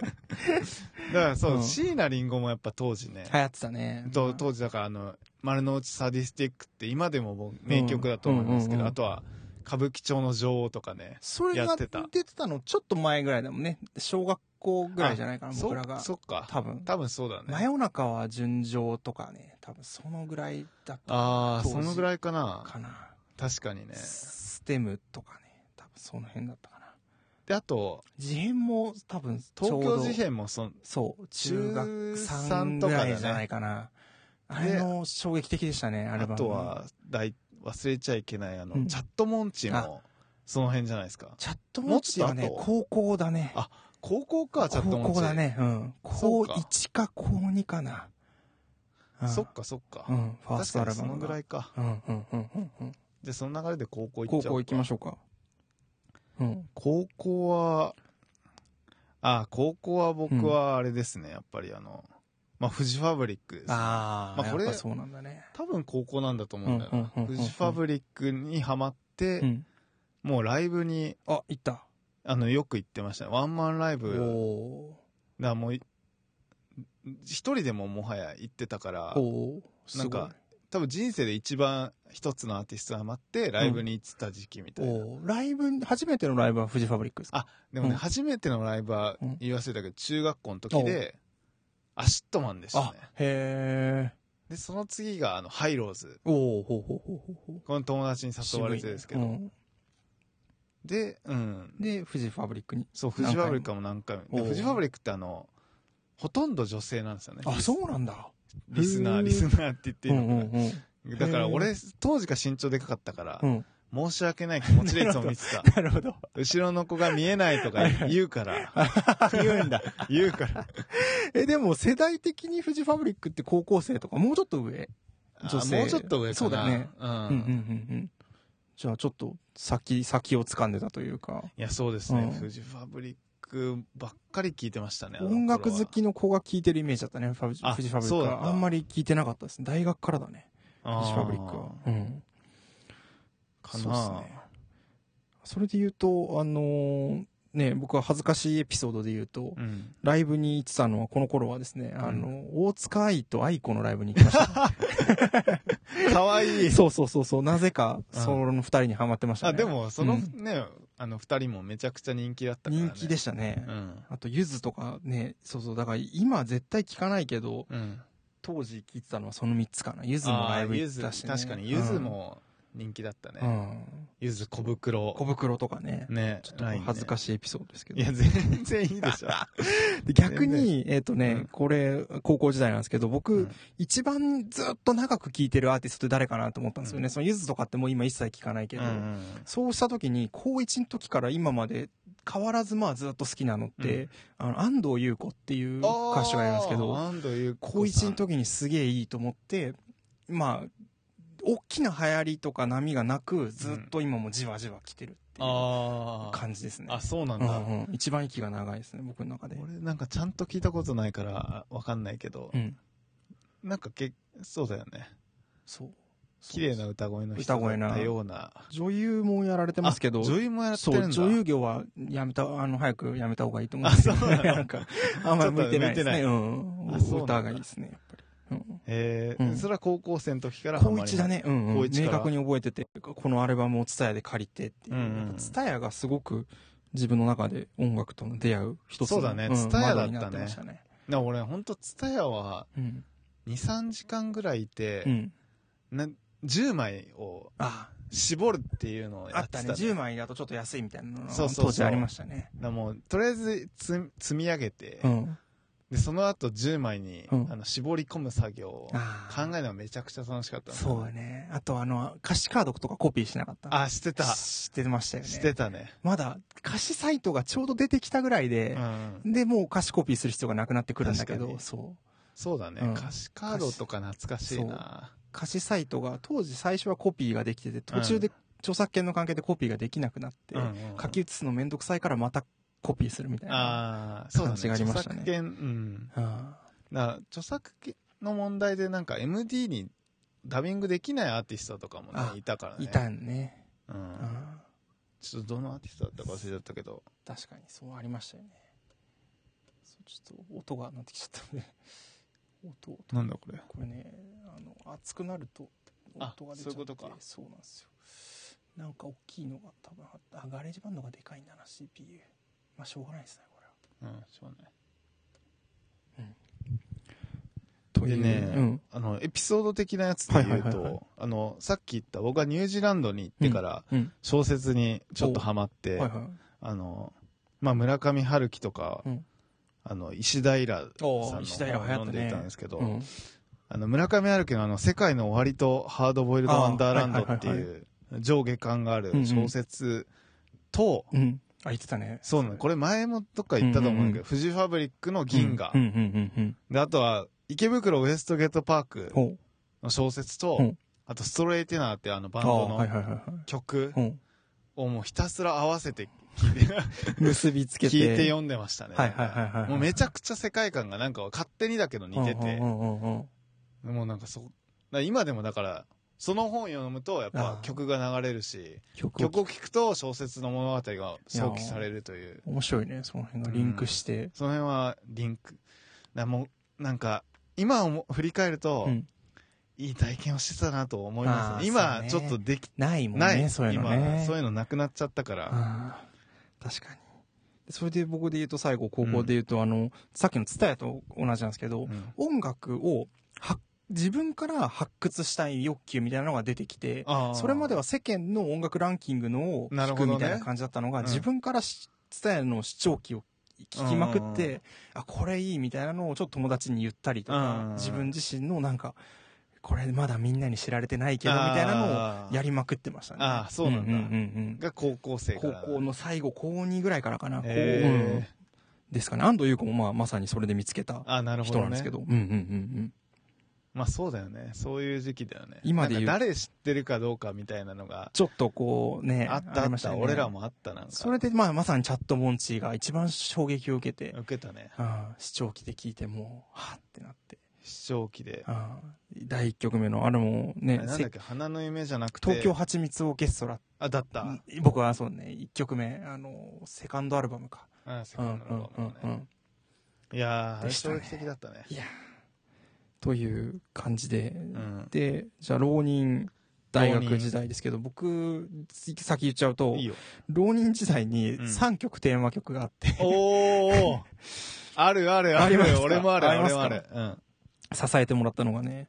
らそうう、
ん
椎名林檎もやっぱ当時ね、
流行ってたね。
と当時だからあの、丸の内サディスティックって今でも僕名曲だと思うんですけど、
うんうんうんうん
あとは、歌舞伎町の女王とかね。
それ
や
が
ってた
出てたのちょっと前ぐらいだもんね。小学校ぐらいじゃないかな、
そ
僕らが。
そっか。
多分。
多分そうだね。
真夜中は純情とかね、多分そのぐらいだった
ああ、
当時
そのぐらいかな。
かな。
確かにね。
ステムとかね、多分その辺だったかな。
で、あと、
事変も多分ちょ
東
うど
京事変もそん、
そう、中学
中三
3
と
ぐ
かだね
らいじゃないかな。あ
で
れの衝撃的でしたね、アル
あ
バム。
とは、だい忘れちゃいけない、あの、
うん
チャットモンチも、その辺じゃないですか。
チャットモッチは
も
ね
うちょっ、と後
高校だね。
あ高校か、チャットモンチ。
高校だ。ね。うん。
そ
高
うか
1か高2かな。うん
そっかそっか。
うん。ファース
確
トア
か
ルバ
にそ
ムが。
のぐらいか。
うんうんうんうんうん。
で、その流れで高校行っ
高
ちゃおう
校行きま
ょう。
しょうか。うん。
高校は、あ、高校は僕はあれですね、やっぱりあの、まあ、フジファブリックですね、
あ
まあ
あ、や
こ
っ
れ
ぱそうなんだね。
多分高校なんだと思うんだよ
うんうんうん
な。
うんう
フ
ん
ジファブリックにハマって、
うん。
もうライブに
あ、行った。
あの、よく行ってましたね。ワンマンライ
お
ブ。
お
だからもうい、一人でももはや行ってたから
ー。、おーすごい。
なんか多分人生で一番一つのアーティストがハマって、ライブに行ってた時期みたいな。
おーライブ、初めてのライブはフジファブリックですか
あでもね、
うん
初めてのライブは
うん
言わせたけど、中学校の時で、アシットマンでしたね。
へえ。
で、その次が、あの、ハイローズ。
おおほうほうほうほうほう。
この友達に誘われてですけど。
渋いね
で、うん
うん。で、フジファブリックに。
そう、フジファブリックも何回も。
お
で
う
フジファブリックってあの、ほとんど女性なんですよね。
あ、そうなんだ。
リスナ
へ
ー、
ー
リスナーって言っていいのかな。
うんうん
だから
へ
俺、当時が身長でかかったから
う、ん。うん。
申し訳ない気持ちでいつも見て た。
なるほど。
後ろの子が見えないとか言うから、
言うんだ。
言うから。
え、でも世代的にフジファブリックって高校生とかもうちょっと上。女性
あもうちょっと上かな。
そうだよね。
う
うんうん
ん。
うんうん。じゃあちょっと先、先を掴んでたというか、
いや、そうですね。
うん
フジファブリックばっかり聞いてましたね。あの頃は
音楽好きの子が聴いてるイメージだったね、ファブ
あ
フジファブリ
そう
ック
なん
は。
だ
あんまり聴いてなかったですね。大学からだね、フジファブリックは。うん。
あー
そう
か
っ
な
すね。それで言うと、あのーね、僕は恥ずかしいエピソードで言うと、
うん。
ライブに行ってたのは、この頃はですね、あの、大塚愛と愛子のライブに行きました。
かわ い い。
そうそうそうそう、なぜか、
うん
その二人にハマってましたね。
あ、でも、その
うん
ね、あの二人もめちゃくちゃ人気だったからね。
人気で
し
したね。
うん。
あと、ゆずとかね、そうそう、だから今絶対聞かないけど、
うん。
当時聞いてたのはその三つかな。ゆずもライブ行ってたし、ね。
あーゆず確かに、ゆずも人気だった
うん、う
ね。
ん
ゆず小袋。
小袋とかね。
ね。
ちょっとこう恥ずか
し
しいエピソードですけど。
いや、全然いいで しょ。
で逆に、えっ、とね、
うん
これ、高校時代なんですけど、僕、
うん
一番ずっと長く聴いてるアーティストって誰かなと思ったんですよね。
う
そのゆずとかってもう今一切聴かないけ
う
ど、
ん。
そうした時に、高1の時から今まで変わらずまあずっと好きなのって、あの、安藤優子っていう歌手がいるんですけ
あ
ど、
ー安藤優子さん
高1の時にすげえいいと思って、まあ、大きな流行りとか波がなく、ずっと今もじわじわ来てるっていう
あー
感じですね。
あ、そうなん
う
だ。
んうん、一番息が長いですね、僕の中で。
俺なんかちゃんと聞いたことないからわかんないけど
う、ん。
なんかけ、そうだよね。
そう。
綺麗な歌声の人だったような。
女優もやられてますけど、
あ女優もやって
そ
る
う、
んだ。
女優業はやめた、あの、早くやめた方がいいと思うんですけど
あそうなの
なんか、 あんまり向いてないですね。
ち
うん。
あそうなんだ
歌がいいですね、やっぱり。うん
えー
うん
それは高校生の時からハ
高
マり
一だ。ね、うん、
高
うん。
一から
明確に覚えてて、このアルバムをツタヤで借りてっていう
うんうん
やっぱツタヤがすごく自分の中で音楽との出会う一つの
そうだね
ん
ツタヤだったね
窓になてましたね。
な俺ほんと、ツタヤは
うん。
2、3時間ぐらいいて、
うん。
な10枚を
あ、
絞るっていうのを
あ
や
っ
っ
て
た、
た
ね。
ね。10枚だとちょっと安いみたいなのが
そうそうそう
当時ありましたね。
だからもう、とりあえずつ積み上げて、
うん。
で、その後10枚に、
うん
あの絞り込む作業を考
あ
え
ー
るのがめちゃくちゃ楽しかったな
そうだね。あとあの、歌詞カードとかコピーしなかった。
あ、してた。
知ってましたよね。
してたね。
まだ歌詞サイトがちょうど出てきたぐらいうで、
ん。
で、もう歌詞コピーする必要がなくなってくるんだけ
確か
ど、
に
そう。
そうだね、
うん
歌詞カードとか懐かしいな。
歌詞サイトが、当時最初はコピーができてて、途中で著作権の関係でコピーができなくなって、
うんうん
書き写すのめんどくさいからまたコピーするみたいな。
ああ、そうだね。
感じがありました
著
ね
作権、うん。
あ
だから著作権の問題でなんか MD にダビングできないアーティストとかも
あ
ね、いたから
あ
ね。
いたよね。
う。
うんん
ちょっとどのアーティストだったか忘れちゃったけど。
確かに、そうありましたよね。そうちょっと音が鳴ってきちゃったんで、音、音。
なんだこれ。
これねあの熱くなると
あ
音が出ちゃって
そういうことか
そうなんですよなんか大きいのが多分あったあガレージバンドがでかいんだな CPU まあしょうがないですねこれは
うん、しょうがない。
と
でね、
うん、
あの、エピソード的なやつで言うと、
はいはいはいはい
あの、さっき言った僕がニュージーランドに行ってから、
うん
小説にちょっとハマっ
は
て、
いはい
あの、まあ、村上春樹とか、
うん
あの、石平さんの
おー石平流行ったね
本を読んでたんですけど、
うん
あの、村上春樹のあの、世界の終わりとハードボイルドワンダーランドって
あーはいはいいう
上下感がある小説と、
うんあ言ってたね
そうなの、これ前もどっか言ったと思うんだけど、富士ファブリックの銀河
うんう。んうんうん
で、あとは、池袋ウエストゲートパーク
ほう
の小説
う
と
ん、
あとストレイテナーってあのバン
ああ
ド
はい
の
はいはいはい
曲
ほう
をもうひたすら合わせて聞 いて、
結びつけて
聞いて読んでましたね。
はいはいはいはいはい
もうめちゃくちゃ世界観がなんか勝手にだけど似てて
う、んうんうんうん
もうなんかそ、だから今でもだから、その本読むとやっぱ
あー
曲が流れるし、
曲を
曲を聴くと小説の物語が想起されるという、
面白いねその辺がリンクして、
その辺はリンク。なもうなんか、今を振り返ると、
うん
いい体験をしてたなと思い
あ
ます、
ー
ね、今、ち
そ
ょ
うね
っとでき
ないもんね
ない、
そういうのね
今、そういうのなくなっちゃったから。
ああ確かに。それで僕で言うと最後、高校で言うと、あの、さっきのツタヤと同じなんですけど、
うん
音楽を発自分から発掘したい欲求みたいなのが出てきて、
あー
それまでは世間の音楽ランキングのを
なる
聞く
ほどね
みたいな感じだったのが、
うん
自分からしツタヤの視聴器を聞きまくっ
うんうん
て、あ、これいいみたいなのをちょっと友達に言ったりとか、
うんうん
自分自身のなんか、これまだみんなに知られてないけど、みたいなのをやりまくってましたね。
あーそうなんだ
うんうん
が高校生か
高
ら。
校の最後、高2ぐらいからかな。高うん
え
ですかね。安藤優子もまあまさにそれで見つけた
あ、なるほ
人
ど
なんで
ね
すけ。ど。うんうんうんうん。
まあそうだよね。そういう時期だよね。
今で言う
なんか誰知ってるかどうかみたいなのが、
ちょっとこうね、
あったあ
りま
っ
した
た。
よね
俺らもあったなんか。
それで、まあ、まさにチャットモンチーが一番衝撃を受けて、
受けたね。
うん視聴器で聞いてもう、はぁってなって。
視聴器で。
うん第1曲目の、あれも
あ
ね
れ、なんだっけ花の夢じゃなく
せ
て。
東京はちみつオーケストラ。
あ、だった。
僕はそうね、1曲目、あの、セカンドアルバムか。
うん、セ
う
カ
んう
ンドアル
ん
バ
う
ム
ん
の
う
ね。
ん。
いやー、あれ
でした
衝
ね
撃的だったね。
いやーという感じで、
うん。
で、じゃあ、浪人大
浪
学
人
時代ですけど、僕、先言っちゃうと
いい、よ。
浪人時代に
うん
3曲テーマ曲があって、
お ーあるあるあ
あり
る
ますか
俺もある、
ありま
俺
すか
もある。うん。
支えてもらったのがね、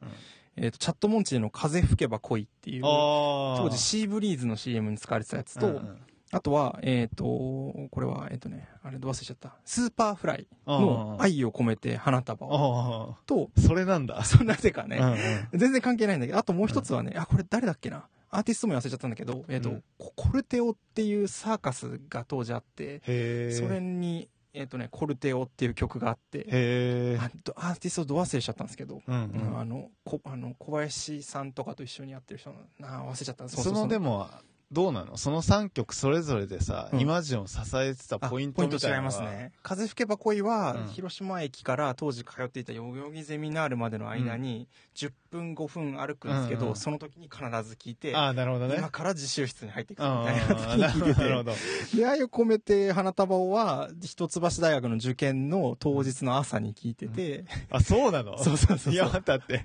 えっと、チャットモンチーの風吹けば恋っていう、当
あー
時シーブリーズの CM に使われてたやつ
う
と
んう、ん
あとは、えっと、これは、えっとね、あれ忘れちゃった、スーパーフライ
うんう
の
ん
愛を込めて花束を
あ
と、
ーそれなんだ。
そうなぜか
うんう
ね、
ん
全然関係ないんだけど、あともう一つはね、あ、これ誰だっけなアーティストも忘れちゃったんだけど、えっ
う
と
ん、
ココルテオっていうサーカスが当時あって、
へえ。
それに、えっとね、コルテオっていう曲があって、
へえ。
あどアーティストど忘れしちゃったんですけど、
うんう
あ
ん。
のこあの小林さんとかと一緒にやってる人なあ忘れちゃった
そので
も
も、どうなのその3曲それぞれでさ、
うん
イマジンを支えてたポイント
ポイン
み
ト
たい
違
ないのは
ます。ね「風吹けば恋は」
うん
広島駅から当時通っていた代々木ゼミナールまでの間に10分5分歩くんですけど、
うんうん
その時に必ず聞いて、
ああ、なるほどね
今。から自習室に入っていく
うんうんうん
ぞみたいな時に
なる
聞いてて
ほど。
出会いを込めて花束をは一橋大学の受験の当日の朝に聞いてて、
あ、そうなの
そうそうそうそう
いや、待ったって。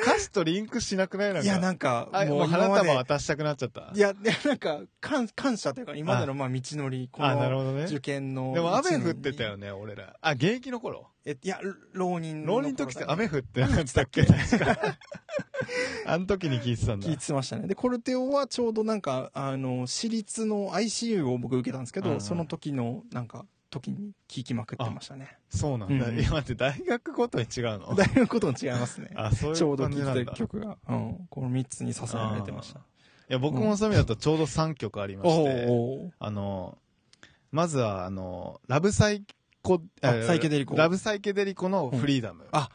歌詞とリンクしなくないなんか。
いやなんか
あ
も
もう
う今
花
まで
束渡したくなっちゃった。
いやいやなんか感感謝というか今までのまあ道のりこ
あ、なる
の
ほどね。
受験の
でも雨
一年に
降ってたよね、俺ら。あ、現役の頃
えいや浪人の
浪
頃
人の時って
だね
雨降ってなかったっ け確か。あの時に聞いてたんだ
聞い。てましたねでコルテオはちょうどなんかあの私立の ICU を僕受けたんですけど、
うん
その時のなんか時に聞きまくってましたね
そうなんだ。
うん
いや、待って、大学ごとに違う の
だいぶことも違いますね
あ、そうい
ちょう
う
ど
感じ
聴
ない
て
ん
た
だ。
曲が、うん、この3つに支えられてました
あーいや、僕もそういう意味だとちょうど3曲ありまし
おー
て、
お
あの、まずは、あの、ラブサイコ、
あ
えー
サイケデリコ
ラブサイケデリコのフリーダム。
あ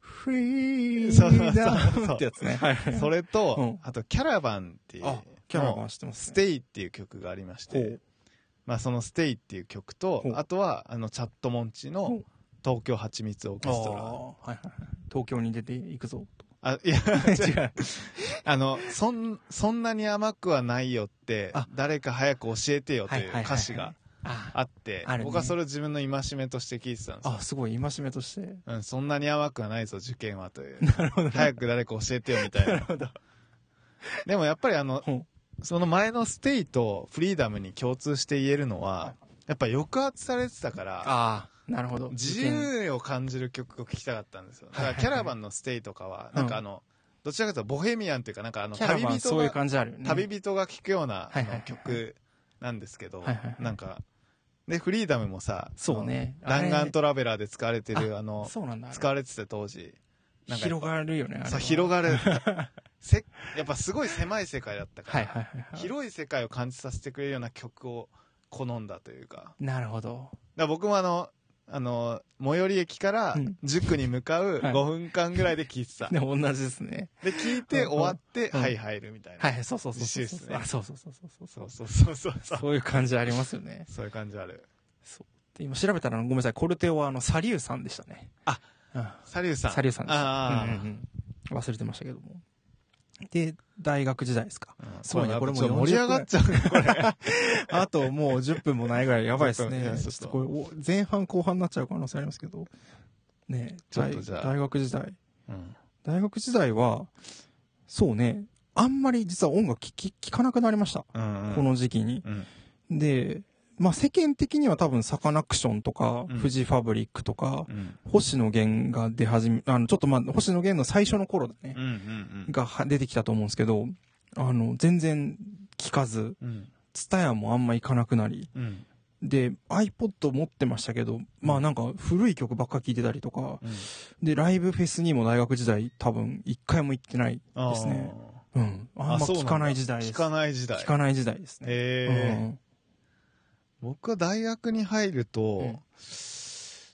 フリ
そう
ー
そう
ダ
そう
ムってやつねはいはい
それと、
う
あと、キャラバンっていう
あ、キャラバン知ってます
ス
ね
テイっていう曲がありまし
ほ
て
う、
まあそのステイっていう曲と
ほう、
あとは、あの、チャットモンチ
ほ
の
う
東京蜂蜜オーケス
あ
ト
ー
ラ。
はいはいはい東京に出ていく ぞ
あ、 いや、
違う
あの、そん、そんなに甘くはないよって
あ、
誰か早く教えてよと
はい
い
は
う
いはい
歌詞が
あ
あって
ある、ね
僕はそれを自分の戒めとして聞いてたんですよ
あ、すごい、戒めとして。
うん、そんなに甘くはないぞ、受験はと いう。早く誰か教えてよみたいな。
ほど。
でもやっぱりあの
ほう、
その前のステイとフリーダムに共通して言えるのは、やっぱ抑圧されてたから、
ああ、なるほど。
自由を感じる曲を聴きたかったんですよ。だからキャラバンのステイとかは、
うん
なんかあの、どちらかというとボヘミアンというか、なんかあの、
キャラ
旅
バン
人
そういう
が、
感じあるよね。
旅人が聴くようなあ
はいはいはい
の曲なんですけど
はいはいは、い
なんか、で、フリーダムもさ、
そうね。
あの。弾丸
と、
トラベラーで使われてる、あの、
そうなんだ。
使われてた当時。なんかやっ
広
ぱ
がるよね。
そう広
が
がるせやっぱすごい狭い世界だったから、
はいはいはいはい。
広い世界を感じさせてくれるような曲を好んだというかだか
なるほど。
ら僕もあのあの最寄り駅から
うん
塾に向かう
はい
5分間ぐらいで聴いてた、
でも同じですね。
で聴いて
うん
終わって、
うん
はい入るみたいな、
はいはい、そうそうそうそう。
自習室ね
あそうそうそうそうそ
そうう。そうそうそうそう
そういう感じありますよね。
そういう感じある
で今調べたら、ごめんなさい、コルテオはあの、サリューさんでしたね。
あ
うん、
サリューさん
サリューさんでした。
あ
うん
あ、
うんうん忘れてましたけども。で、大学時代ですか。
うん
そうね
これ
これも
盛り上がっちゃうねこれ
あともう10分もないぐらいやばいですね。
10分いや
ち
ち
ょ
ょ
っ
っ
と
と
これお前半後半になっちゃう可能性ありますけど。ねえ
ちょっとじゃあ
大大学時代。
うん
大学時代は、そうね、あんまり実は音楽聴き聞かなくなりました。
うんうん
この時期に。
うん
で、まあ世間的には多分サカナクションとか、
うん
フジファブリックとか
う、ん
星野源が出始め、あの、ちょっとまあ星野源の最初の頃だね
う、んうん
がは出てきたと思うんですけど、あの、全然聞かず、
うん
ツタヤもあんま行かなくなり、
うん
で、iPod 持ってましたけど、まあなんか古い曲ばっか聴いてたりとか、
うん
で、ライブフェスにも大学時代多分一回も行ってない。
あー
ですねうん。あんま
そうな
聞
だ
かない時代です。
聞かない時代
聞かない時代ですね。
へー
うん
僕は大学に入ると、
うん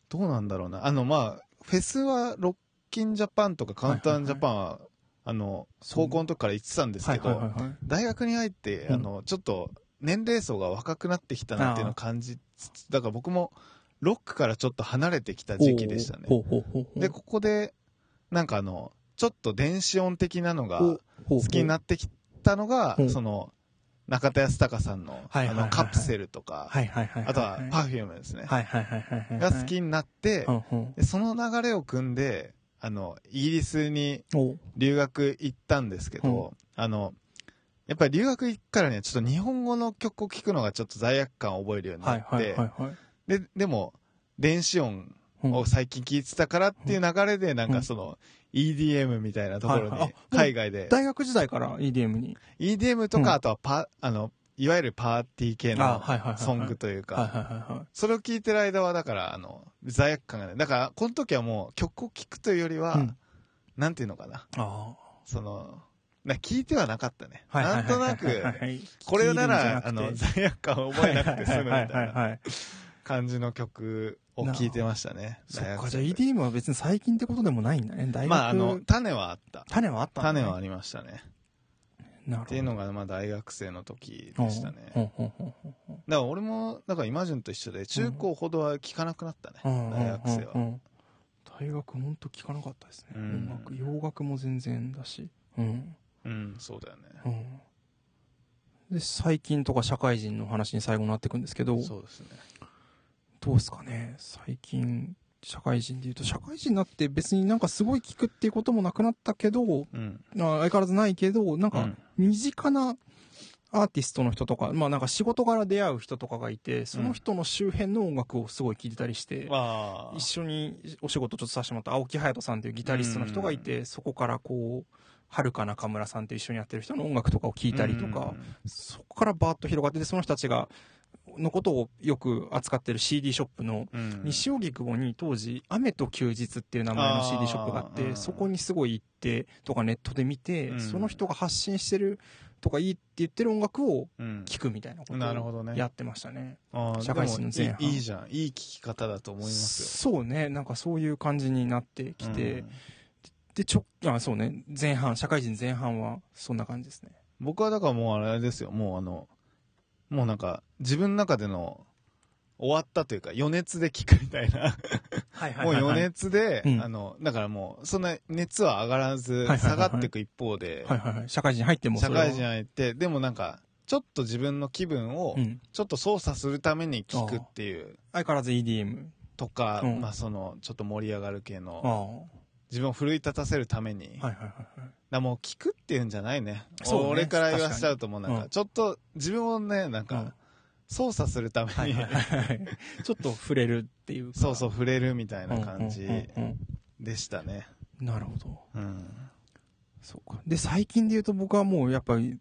どうなんだろうなあのまあフェスはロッ近ジャパンとかカウンタージャパンは、あの、
そう
高校の時から行ってたんです
は
け
いはいは
ど、
いはい。
大学に入って、
うん
あの、ちょっと年齢層が若くなってきたなっていうのを感じつつ、だから僕もロックからちょっと離れてきた時期でしたね。
ほうほうほうほう。
で、ここで、なんかあの、ちょっと電子音的なのが
ほう
好
ほう、好
きになってきたのが
ほう、
その、中田康隆さんの、
はい
あ
はいはいはい
の、カプセルとか、
はいはいはいいい。
あとは、パフュームですね。
はいはいはいはいはい。
が好きになって
う、んうん。
でその流れを組んで、あの、イギリスに
お
留学行ったんですけど、あの、やっぱり留学行くからにはちょっと日本語の曲を聴くのがちょっと罪悪感を覚えるようにな
は
っ
い
て、
はいはいはい。
で、でも、電子音
うん
を最近聴いてたからっていう流れで、なん
うん
かその、EDM みたいなところ
はいはい
に、
あ
海外で、
大学時代から EDM に。
EDM とか、あとはパ、あの、いわゆるパーティー系
あはいはいはいは
の
い
ソングという
はい
か、
はいはいはい。
それを聴いてる間は、だから、あの、罪悪感がない。だから、この時はもう曲を聴くというよりは、
うん
なんていうのかな、
あ
その、な聞いてはなかったね。
あ。はいはい
な
は
ん
い
と
はいは
ない
はいはい
く、
はい、
これなら、
聞
あ
いてる
の、
んじゃ
罪悪感を覚えなくて済むみた
はいは
い
い
な
はいはい。
感じの曲を聴いてまし たね。
そっ
大学
か、
生
じゃあ
の時
EDM は別に最近ってことでもないんだね。大学
まあ、あの、種はあった。
種はあったんだ、ね。
種はありましたね。
なるほど。
っていうのが、まあ、大学生の時でしたね。
う
だか
んうんうんうん
ら、俺も、だから、イマジュンと一緒で、中高ほどは聴かなくなったね。
うん
大学生
う
は。
んうん大学ほんと聞かなかったですね、
うん
音楽洋楽も全然だしうん
うん、そうだよね。
うんで最近とか社会人の話に最後になっていくんですけど
そうですね。
どうですかね最近社会人でいうと社会人になって別になんかすごい聞くっていうこともなくなったけど
うん。
あ相変わらずないけどなん
う
か
ん
身近なアーティストの人とか、まあなんか仕事から出会う人とかがいて、その人の周辺の音楽をすごい聴いてたりして、
まあ
一、緒にお仕事ちょっとさせてもらった青木隼人さんというギタリストの人がいて、そこからこう、はるか中村さんと一緒にやってる人の音楽とかを聴いたりとか、そこからバーッと広がってて、その人たちが、のことをよく扱ってる CD ショップの、
うん、うん
西荻窪に当時、雨と休日っていう名前の CD ショップがあっ
あーう
て、
ん
そこにすごい行って、とかネットで見て
う、ん
その人が発信してるとかいいって言ってる音楽を
うん
聴くみたいなこ
なるほ
と
ど
を
ね。
やってましたね。
ああ
社会人の前半
でもいいいいじゃん。いい聞き方だと思います
そうね、なんかそういう感じになって
よ。
きて、
うん
で、ちょ、あ、そうね。前半、社会人前半は、そんな感じですね。
僕はだからもうあれですよ。もうあの、もうなんか、自分の中での、終わったというか、余熱で聞くみたいな。
はい
もう余熱で、
うん
あの、だからもう、そんな熱は上がらず、
はいはいはい
下がっていく一方で、
はいはいはい。社会人入ってもそ
社
れは
会人入って、でもなんか、ちょっと自分の気分を
う、ん。
ちょっと操作するために聞くっていう、
相変わらず EDM。
とか、
うん
まあその、ちょっと盛り上がる系の
あ、あ。は
自分を奮い立たせるために、
いはいはいはい。
だからもう聞くっていうんじゃないね。
そうね
俺から言わしちゃうともうなん
確
か、
かに
ちょっと自分をね、なん
うん
か、操作するため
はい
に、
はいはいはい。 ちょっと触れるっていうか。
そうそうう触れるみたい
んうん
な
うんうん、
感じでしたね。
なるほど。
うん。
そうか。で、最近で言うと僕はもう、やっぱり、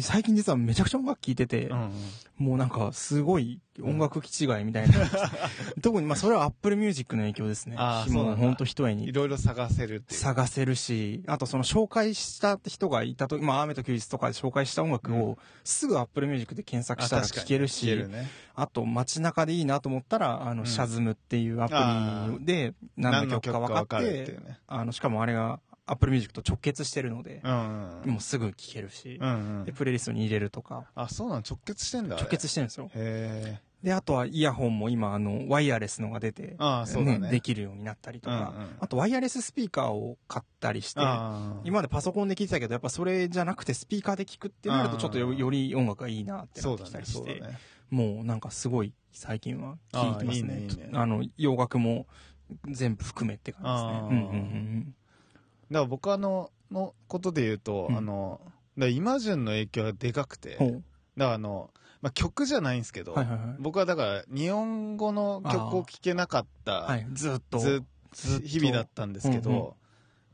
最近実はめちゃくちゃ音楽聴いてて、
うんうん。
もうなんかすごい音楽気違いみたい な。特にまあそれは Apple Music の影響ですね。
ああそう
も
な
うん
だ
ほんと一重に
いろいろ探せるっていう。
探せるし、あとその紹介した人がいたとき、まあ、雨と休日とかで紹介した音楽
う
を、すぐ Apple Music で検索したら
あ確かに
聴けるし、
聞
あ
けるね。
と街中でいいなと思ったら、あの、
うん
シャズムっていうアプリで何の曲か分かって、
何の曲か分かるっていうね。
あの、しかもあれが Apple Music と直結してるので
う、んうん。
もうすぐ聴けるし、
うんう
で、
ん。
プレイリストに入れるとか、
あ、そうなの直結してんだ。あれ
直結してるんですよ。
へえ。
で、あとはイヤホンも今、あの、ワイヤレスのが出て、
ああ、そうだね。
できるようになったりとか、
うんうん
あとワイヤレススピーカーを買ったりして、
ああ。
今までパソコンで聞いてたけど、やっぱそれじゃなくてスピーカーで聞くってなると、
うん
ちょっとよより音楽がいいなってなっ
そう
て
だ
きた
ね、
りし
そうだ
て、
ね。
もうなんかすごい最近は聞いてますね。
あーいいねいいね
あの、洋楽も全部含めって感じですね。
あ
うん
ー
うん
だから僕あの、のことで言うと、
うん
あの、だからイマジュンの影響がでかくて、
うんう
だ
ん。ほ
からあの、まあ、曲じゃないんですけ
う
ど、
はいはいはい。
僕はだから日本語の曲を聴けなかった、
はい、ずっと。
ず
ずっと
日々だったんですけど、
うんうん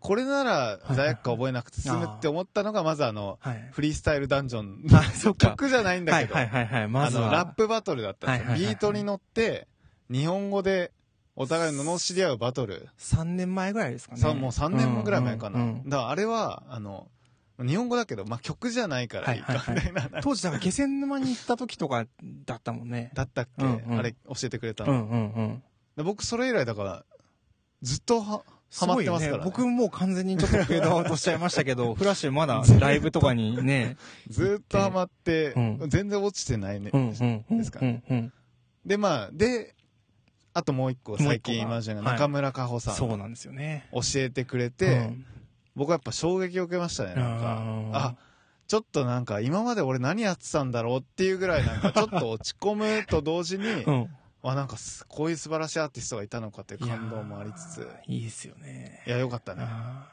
これなら
い
罪悪感覚えなくて済むって思ったのがまずあの
はい。
フリースタイルダンジョン
あ、そっか。
曲じゃないんだ
は
け
い
ど、
はいはいはい。ま
あ
ず
の
は。
ラップバトルだったんですよ、
はいはいはいはい
ビートに乗って日本語でお互いの罵り合うバトル、
3年前ぐらいですかね。
さもう3年ぐらい前かな、
うんうんうん
だからあれはあの日本語だけど、まあ、曲じゃないからいいか
はい
み
はい
たいな、
当時、だから気仙沼に行った時とかだったもんね。
だったっけ、
うんうん
あれ教えてくれた
う
の、
んうんうん。
で僕それ以来だからずっとはハマって
ご
ますからね
いよね僕もう完全にちょっとフェードアウトしちゃいましたけ ど、フラッシュまだライブとかにね、
ずーっとハマって、
うん
全然落ちてないね、
うんうんうん。
ですか
うんうん。
で、まあ、で、あともう一個、最近言いましたが、
もう一個がはい
中村佳穂さん、
そうなんですよね。
教えてくれて、
うん
僕はやっぱ衝撃を受けましたね、なんか。
うん
あ、ちょっとなんか、今まで俺何やってたんだろうっていうぐらい、なんか、ちょっと落ち込むと同時に、
うん。
あ、なんかす、こういう素晴らしいアーティストがいたのかっていう感動もありつつ、
いいですよね。
いや、よかったね。
あ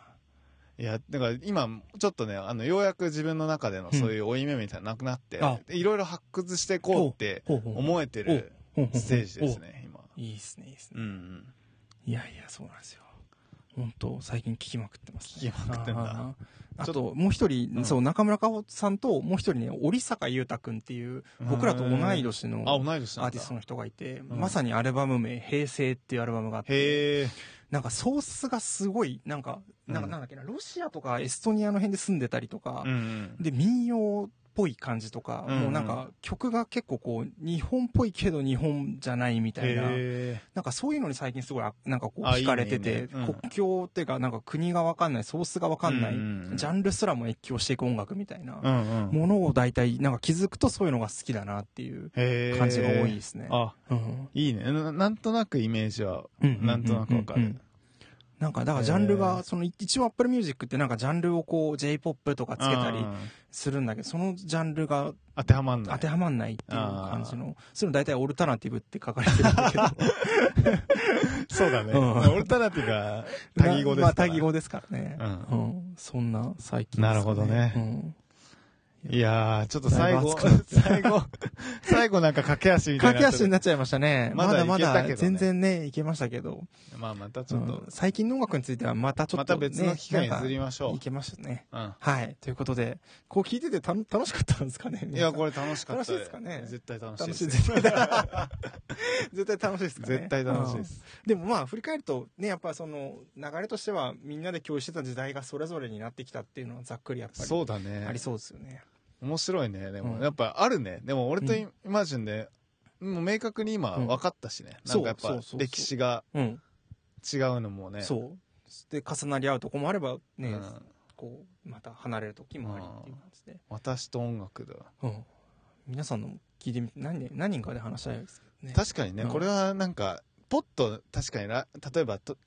いや、だから今、ちょっとね、あの、ようやく自分の中でのそういう負い目みたいなのなくなって
あ、
いろいろ発掘してい
ー
こうって
ほうほう
思えてる
ほうほうほう
ステージですね、今。
おいいですね、いいですね
う。ん
いやいや、そうなんですよ。本当最近聞きまくってますね。
聞きまくってんだ
あー。あ
ちょっと
と、もう一人、
うん
そう、中村かほさんと、もう一人ね、織坂裕太くんっていう、僕らと同い年
う
の
ん。あ、同い年
ア
な
ー
ん
ティ
だ
スト。の人がいて、まさにアルバム名、平成っていうアルバムがあって、
へえ。
なんかソースがすごい、なんか、なん
う
か
ん
なんだっけな、ロシアとかエストニアの辺で住んでたりとか
う、ん
で、民謡っぽい感じとか、
うんうん
もうなんか曲が結構こう、日本っぽいけど日本じゃないみ
うん。
たいな、
へえ。
なんかそういうのに最近すごいあ、なんかこう、
あいい
惹
ね
かれて
いい
て
ねうん、
国境っていうか、なんか国がわかんない、ソースがわかんな
うんうんうん
い、ジャンルすらも越境していく音楽みたいな
う、んうん。
ものを大体、なんか気づくとそういうのが好きだなっていう
へえ。
感じが多いで。すね。
あ、
うん
いいね。ななんとなくイメージは、
うん
なんとなくわか
うんうんう
る
ん。なんか、だからジャンル
へー
が、その一応 Apple Music ってなんかジャンルをこう J-POP とかつけた
う
り
ん
するんだけど、そのジャンルが
当てはまんない。
当てはまんないっていう感じの、そういうの大体オルタナティブって書かれてるんだけど、
そうだね。
うん
オルタナティブが 多義語ですから。
まあ、多義語ですからね。
う
うん。そんな最近です、
なるほどね
うん
いやー、ちょっと最後
だいぶ熱くなっ、
最 後、最後なんか駆け足みた
駆
いに
け
なって
足
る。
になっちゃいましたね。
ま
ま
だ
だ
いけた
ま
けどね
だ全然ね、いけましたけど。
まあまたちょっと
うん、最近の音楽についてはまたちょっと、ね。
また別の機会に譲り
ま
ましょ
いけましたね。
う。うん。
はい。ということで、こう聞いててたの楽しかったんですかね
いや、こ
れ。
れ楽しかった。
楽しいですかね
絶対楽しい
楽
で
しい、
す。
絶対。絶対楽しいですかね。
絶対楽しいです。
うん。でもまあ、振り返ると、ね、やっぱその、流れとしては、みんなで共有してた時代がそれぞれになってきたっていうのは、ざっくりやっぱり。
そうだ
あ
ね
り。そうですよね。
面白いね。でも、
うん
やっぱあるね。でも俺と
うん
イマジンで、もう明確に今分かったしね。
うん
なんかやっ
そうそう
ぱ
そうそう
歴史が
うん。
違うのもね。
そう。で、重なり合うとこもあれば、
う
ね、
ん。
こう、また離れる時もありっていう感じで。
私と音楽だ。
うん。皆さんのも聞いてみて、何で、何人かで話したいですけどね。
確かにね、
うん
これはなんか、ポッと確かにら、例えばと、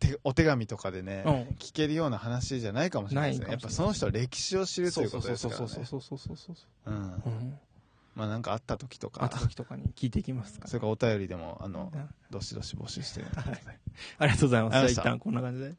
てお手紙とかでね、
うん。
聞けるような話じゃないかもしれないですね。
な
や
い
っ
か
ぱ
もし
そ
れない
の人は歴史を知ると
そ
いうう
そう
こと
そう
です
そう
から
そうそ
ね。
うそうそうそうそう。
うん。
うん。
まあなんかあった時と
あ
か
った、時とかに聞いていきますか
それからお便りでも、あの、
ら。
どしどし募集してください。
ありがとうございます。じゃ
あ
あ一
りがとうございました
旦こんな感じで。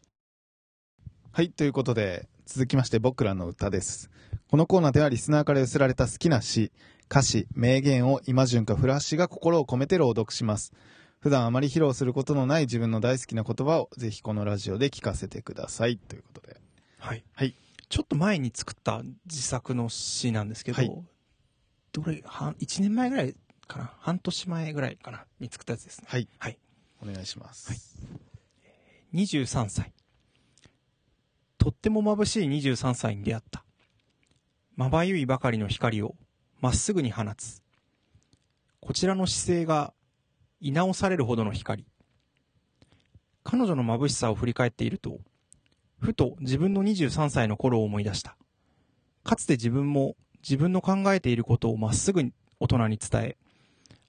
はい、ということで、続きまして僕らの歌です。このコーナーではリスナーから寄せられた好きな詩、歌詞、名言を今順かフラッシュが心を込めて朗読します。普段あまり披露することのない自分の大好きな言葉をぜひこのラジオで聞かせてください。ということで。
はい。
はい。
ちょっと前に作った自作の詩なんですけど、
はい
どれ、は1年前ぐらいかな半年前ぐらいかなに作ったやつですね。
はい。
はい。
お願いします。
23歳。とっても眩しい23歳に出会った。まばゆいばかりの光をまっすぐに放つ。こちらの姿勢が居直されるほどの光。彼女の眩しさを振り返っていると、ふと自分の23歳の頃を思い出した。かつて自分も自分の考えていることをまっすぐに大人に伝え、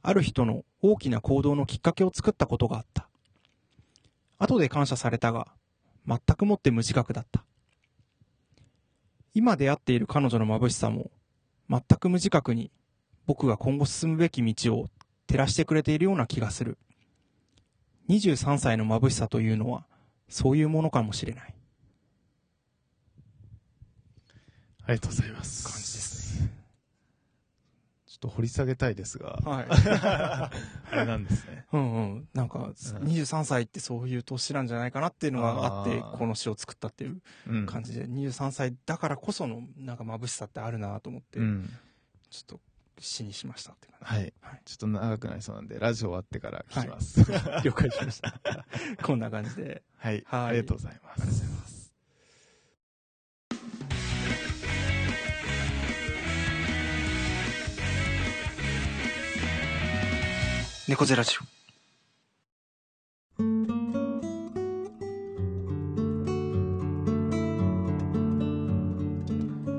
ある人の大きな行動のきっかけを作ったことがあった。後で感謝されたが、全くもって無自覚だった。今出会っている彼女の眩しさも、全く無自覚に僕が今後進むべき道を照らしてくれているような気がする。23歳の眩しさというのは、そういうものかもしれない。
ありがとうございます。
感じです
ね。ちょっと掘り下げたいですが、
はい。
あれなんですね。
うんうん。なんか、23歳ってそういう年なんじゃないかなっていうのがあって
あー、
この詩を作ったっていう
うん。
感じで、23歳だからこその、なんか眩しさってあるなと思って、
うん。
ちょっと詩にしましたって感じ。
はい
はい。
ちょっと長くなりそうなんで、ラジオ終わってから聞きます。
了解しました。こんな感じで。
はい。
はい
ありがとうございます。
猫背ラジオ。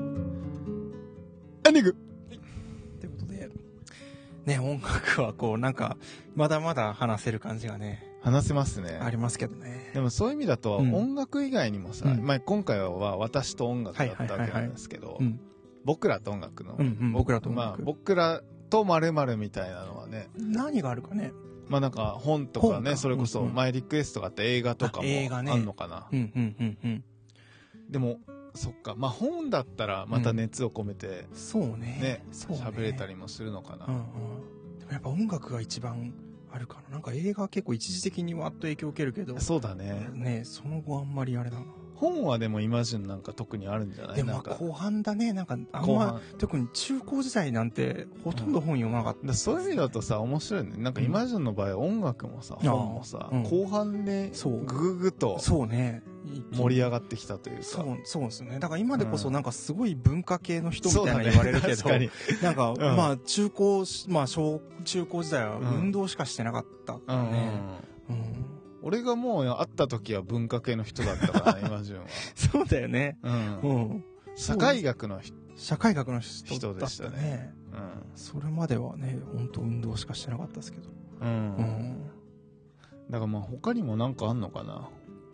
エンディング
ということで、ね、音楽はこう、なんか、まだまだ話せる感じがね、
話せますね。
ありますけどね。
でもそういう意味だと、
うん
音楽以外にもさ、
うん
まあ、今回は私と音楽だったわけなんですけど、
うん。
僕らと音楽の、
うんうん僕らと音楽
まあ、僕らと〇〇みたいなのはね、
何があるかね。
まあなんか本とか
本
ね、
か
それこそ
うんうん
前リクエストがあった映画とかも
あ映画ね
あんのかな。
うんうんうんうん。
でも、そっか、まあ本だったらまた熱を込めて
そう
ね
ね。、そうね。
喋、れたりもするのかな。
うんうん。でもやっぱ音楽が一番あるかな。なんか映画は結構一時的にわっと影響を受けるけど、
そうだね。
ね、その後あんまりあれだな。
本はでもイマジンなんか特にあるんじゃない
でも
な
ま
ん
あ
か。
後半だね。なんかあん
後
ま
半、
特に中高時代なんてほとんど本読まなかっ
だそういう意味だとさ、面白いね。なんか
うん
イマジンの場合は音楽もさ、
あー
本もさ、
うん
後半で
そ
ぐ
う
ぐぐ
た。
と
そうね。
盛り上がってきたというか。
そう、そうですね。だから今でこ
う
そ
ん
なんかすごい文化系の人み
そう
たい
だ
な
ね
言われるけど、
確かに。
なんか、
ん
まあ中高し、まあ小、中高時代は
うん
運動しかしてなかったか
う
ら
ん、
ね。うん
俺がもう会った時は文化系の人だったからね、イマジンは。
そうだよね。
うん
う。ん。
社会学の人、
社会学の人
人
だ
で
っ
したた
ね。
うん
それまではね、本当運動しかしてなかったですけど。
う。
うんん。
だからまあ他にもなんかあんのかな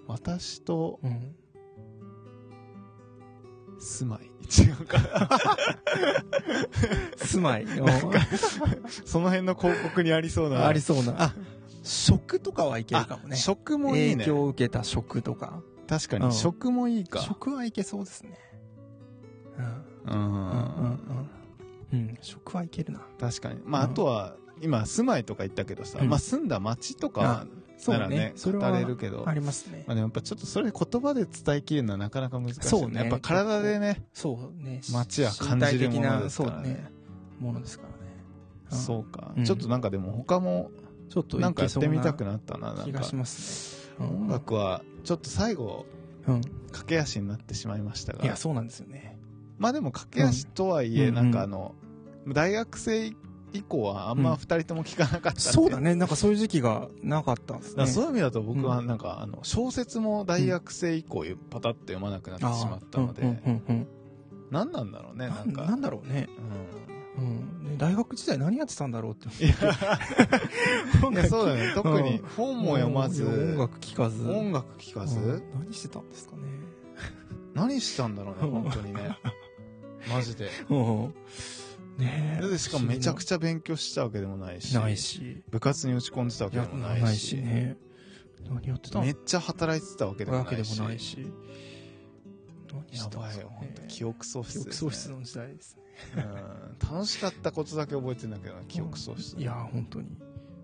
私と
うん。
住まい。違うか。
住まい。
その辺の広告にありそうな。
ありそうな。あ、食とかはいけるかもね。
あ食もいい
影。
ね
響を受けた食とか。
確か
うん
に、食もいいか。
食はいけそうですね。うん。
う
う
ん
んうんうん。うん、食はいけるな。
確かに。まああ
うん
とは、今住まいとか言ったけどさ、
うん
まあ住んだ町とかならね、
そ
語
れは
れるけど。
ありますね
ま。あでもやっぱちょっとそれ言葉で伝えきるのはなかなか難しい、
そうね
やっぱ体でね、
そうね。
街は感じるものですからね
身体的なそうね。ものですからね。うん
そうか、
うん
ちょっとなんかでも他も
ちょっと
なんかやってみたく
な
なったな、なん
気が
か
し。ますね。うん
音楽はちょっと最後、
うん。
駆け足になってしまいました
いや、
が。
そうなんですよね。
まあでも駆け足とはいえ、
うん
なんかあの、大学生以降はあん
う
ま
ん
二人とも聞かなかったんで
そうだね。なんかそういう時期がなかったんです
だか
ね。
らそういう意味だと僕は
うん
なんか、あの、小説も大学生以降パタッと読まなくなって
あー
しまったの
うん
で、
うんうんうん
何なんだろうね、な
な
んか。
なんだろうね。
うん
うん。ね大学時代何やってたんだろうって。
いや、そうだね。特に
うん
本も 読まず、
音楽聴かず。
音楽聴か
う
ず、
ん何してたん ですかね。
何したんだろうね、
うん
本当にね。マ ジで。
うん。ね
で、しかもめちゃく
ゃ
ちゃ勉強してたわけでもないし、
ないし。
部活に打ち込んでたわけでもないし、
ね。何やってた
めっちゃ働いてたわけでも
わ
な
け
い
で
し。
もないし。何
や
してたん
ば
で
い
す
よ
か、
本当
ね。
記憶喪
記
失
憶
です、
喪失
ね。
の時代ですね。
うん楽しかったことだけ覚えてんだけどな、記憶喪失。
いや、本当に。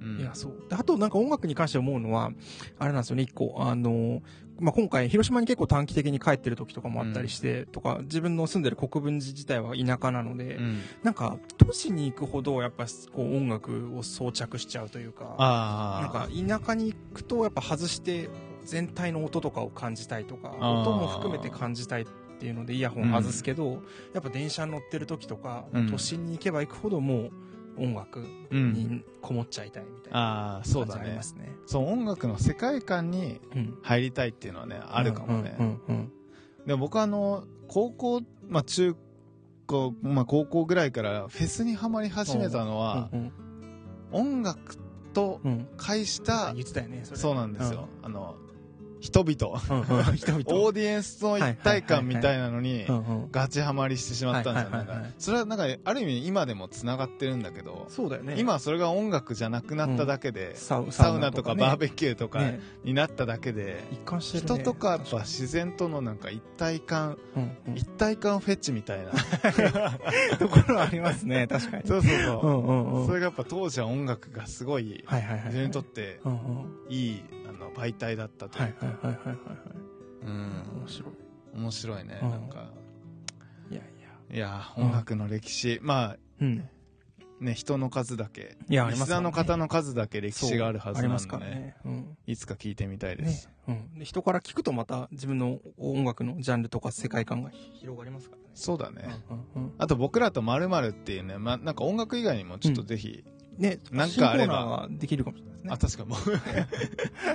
うん、
いや、そう。であと、なんか音楽に関して思うのは、あれなんですよね、一個。あの、まあ、今回、広島に結構短期的に帰ってる時とかもあったりして、とか、自分の住んでる国分寺自体は田舎なので、
うん
なんか、都市に行くほど、やっぱ、こう、音楽を装着しちゃうというか、
ああ。
なんか、田舎に行くと、やっぱ外して、全体の音とかを感じたいとか、
あー
音も含めて感じたいっていうので、イヤホン外すけど、やっぱ電車に乗ってる時とか、
うん
都心に行けば行くほど、もう、音楽
うん
にこもっちゃいたいみたいな。
ああ、そうだ
感じあり
ね
ま。すね。
そう、音楽の世界観に
うん。
入りたいっていうのはね、あるかもね。
うんうん
でも僕はあの、高校、まあ中高、まあ高校ぐらいからフェスにハマり始めた
う
のは
ん。、うん
音楽と
うんうん。
介し
あ
た
言、ってたよね、それ。
そうなんですよ。あの、人々、
うんう ん。人々。
オーディエンスとの一体感みたいなのに
う、んうん
ガチハマりしてしまったんですよ。
は
ない
はい
ん
はいはい
か、それはなんか、ある意味今でも繋がってるんだけど、
そうだよね。
今それが音楽じゃなくなっただけで、
サウ、
サウナとかバー
ベ
ベキューと
と
かになっただけで、
一貫してる
人
ね。
とかやっぱ
確
自然とのなんか一体感、
かにうんうん
一体感フェチみたいな。
ところあります ね、確かに。
そうそうそうう。
んうんうん。
そ
はい
れがやっぱ当時は音楽がすごい、
はいはい。
自分にとって
うんうん。
いいあの媒体だったと
はいいうはい
か、
はいはいはいは
う
い。面
ん、
白
面白いね、
うん
なんか。
い。いやい
いやー、
うん
音楽の歴史、ま
や。うん。
あね、人の数だけ、
いや、あり
リ
ま
ス
す
ナ
か
ー
らね
の方の数だけ歴史があるは
そう
ず
あり
な
ま
ん
すか
で
ら
ね、
ね。うん。
いつか聞いてみたいで
ね
す。。
うん。で人から聞くとまた自分の音楽のジャンルとか世界観が広がりますからね。
そうだね。
うんうんうん
あと僕らと〇〇っていうね、まあ、なんか音楽以外にもちょっとぜひ、
ね、
なんかあ
新コー
れば
ナーができるかもしれないですね
あ、。確かも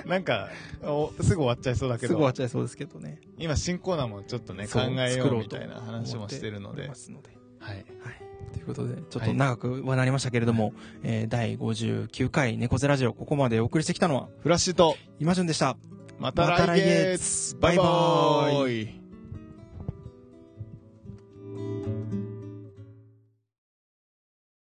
う、なんかお、すぐ終わっちゃいそうだけ
すぐ終わ
ど
っ、ちゃいそうですけどね。
今新コーナーもちょっとね、
そ
考
う
えよ
作
う
ろ
みたいな話もしてるの
思っており
で
ま、すので
はい。
はい。ということで、ちょっと長くはなりましたけれども、えー第59回猫背ラジオ、ここまでお送りしてきたのは、
フラッシュと、
今順でした。
また
また
来
来
月
月
バイバ
バイバ
ーイ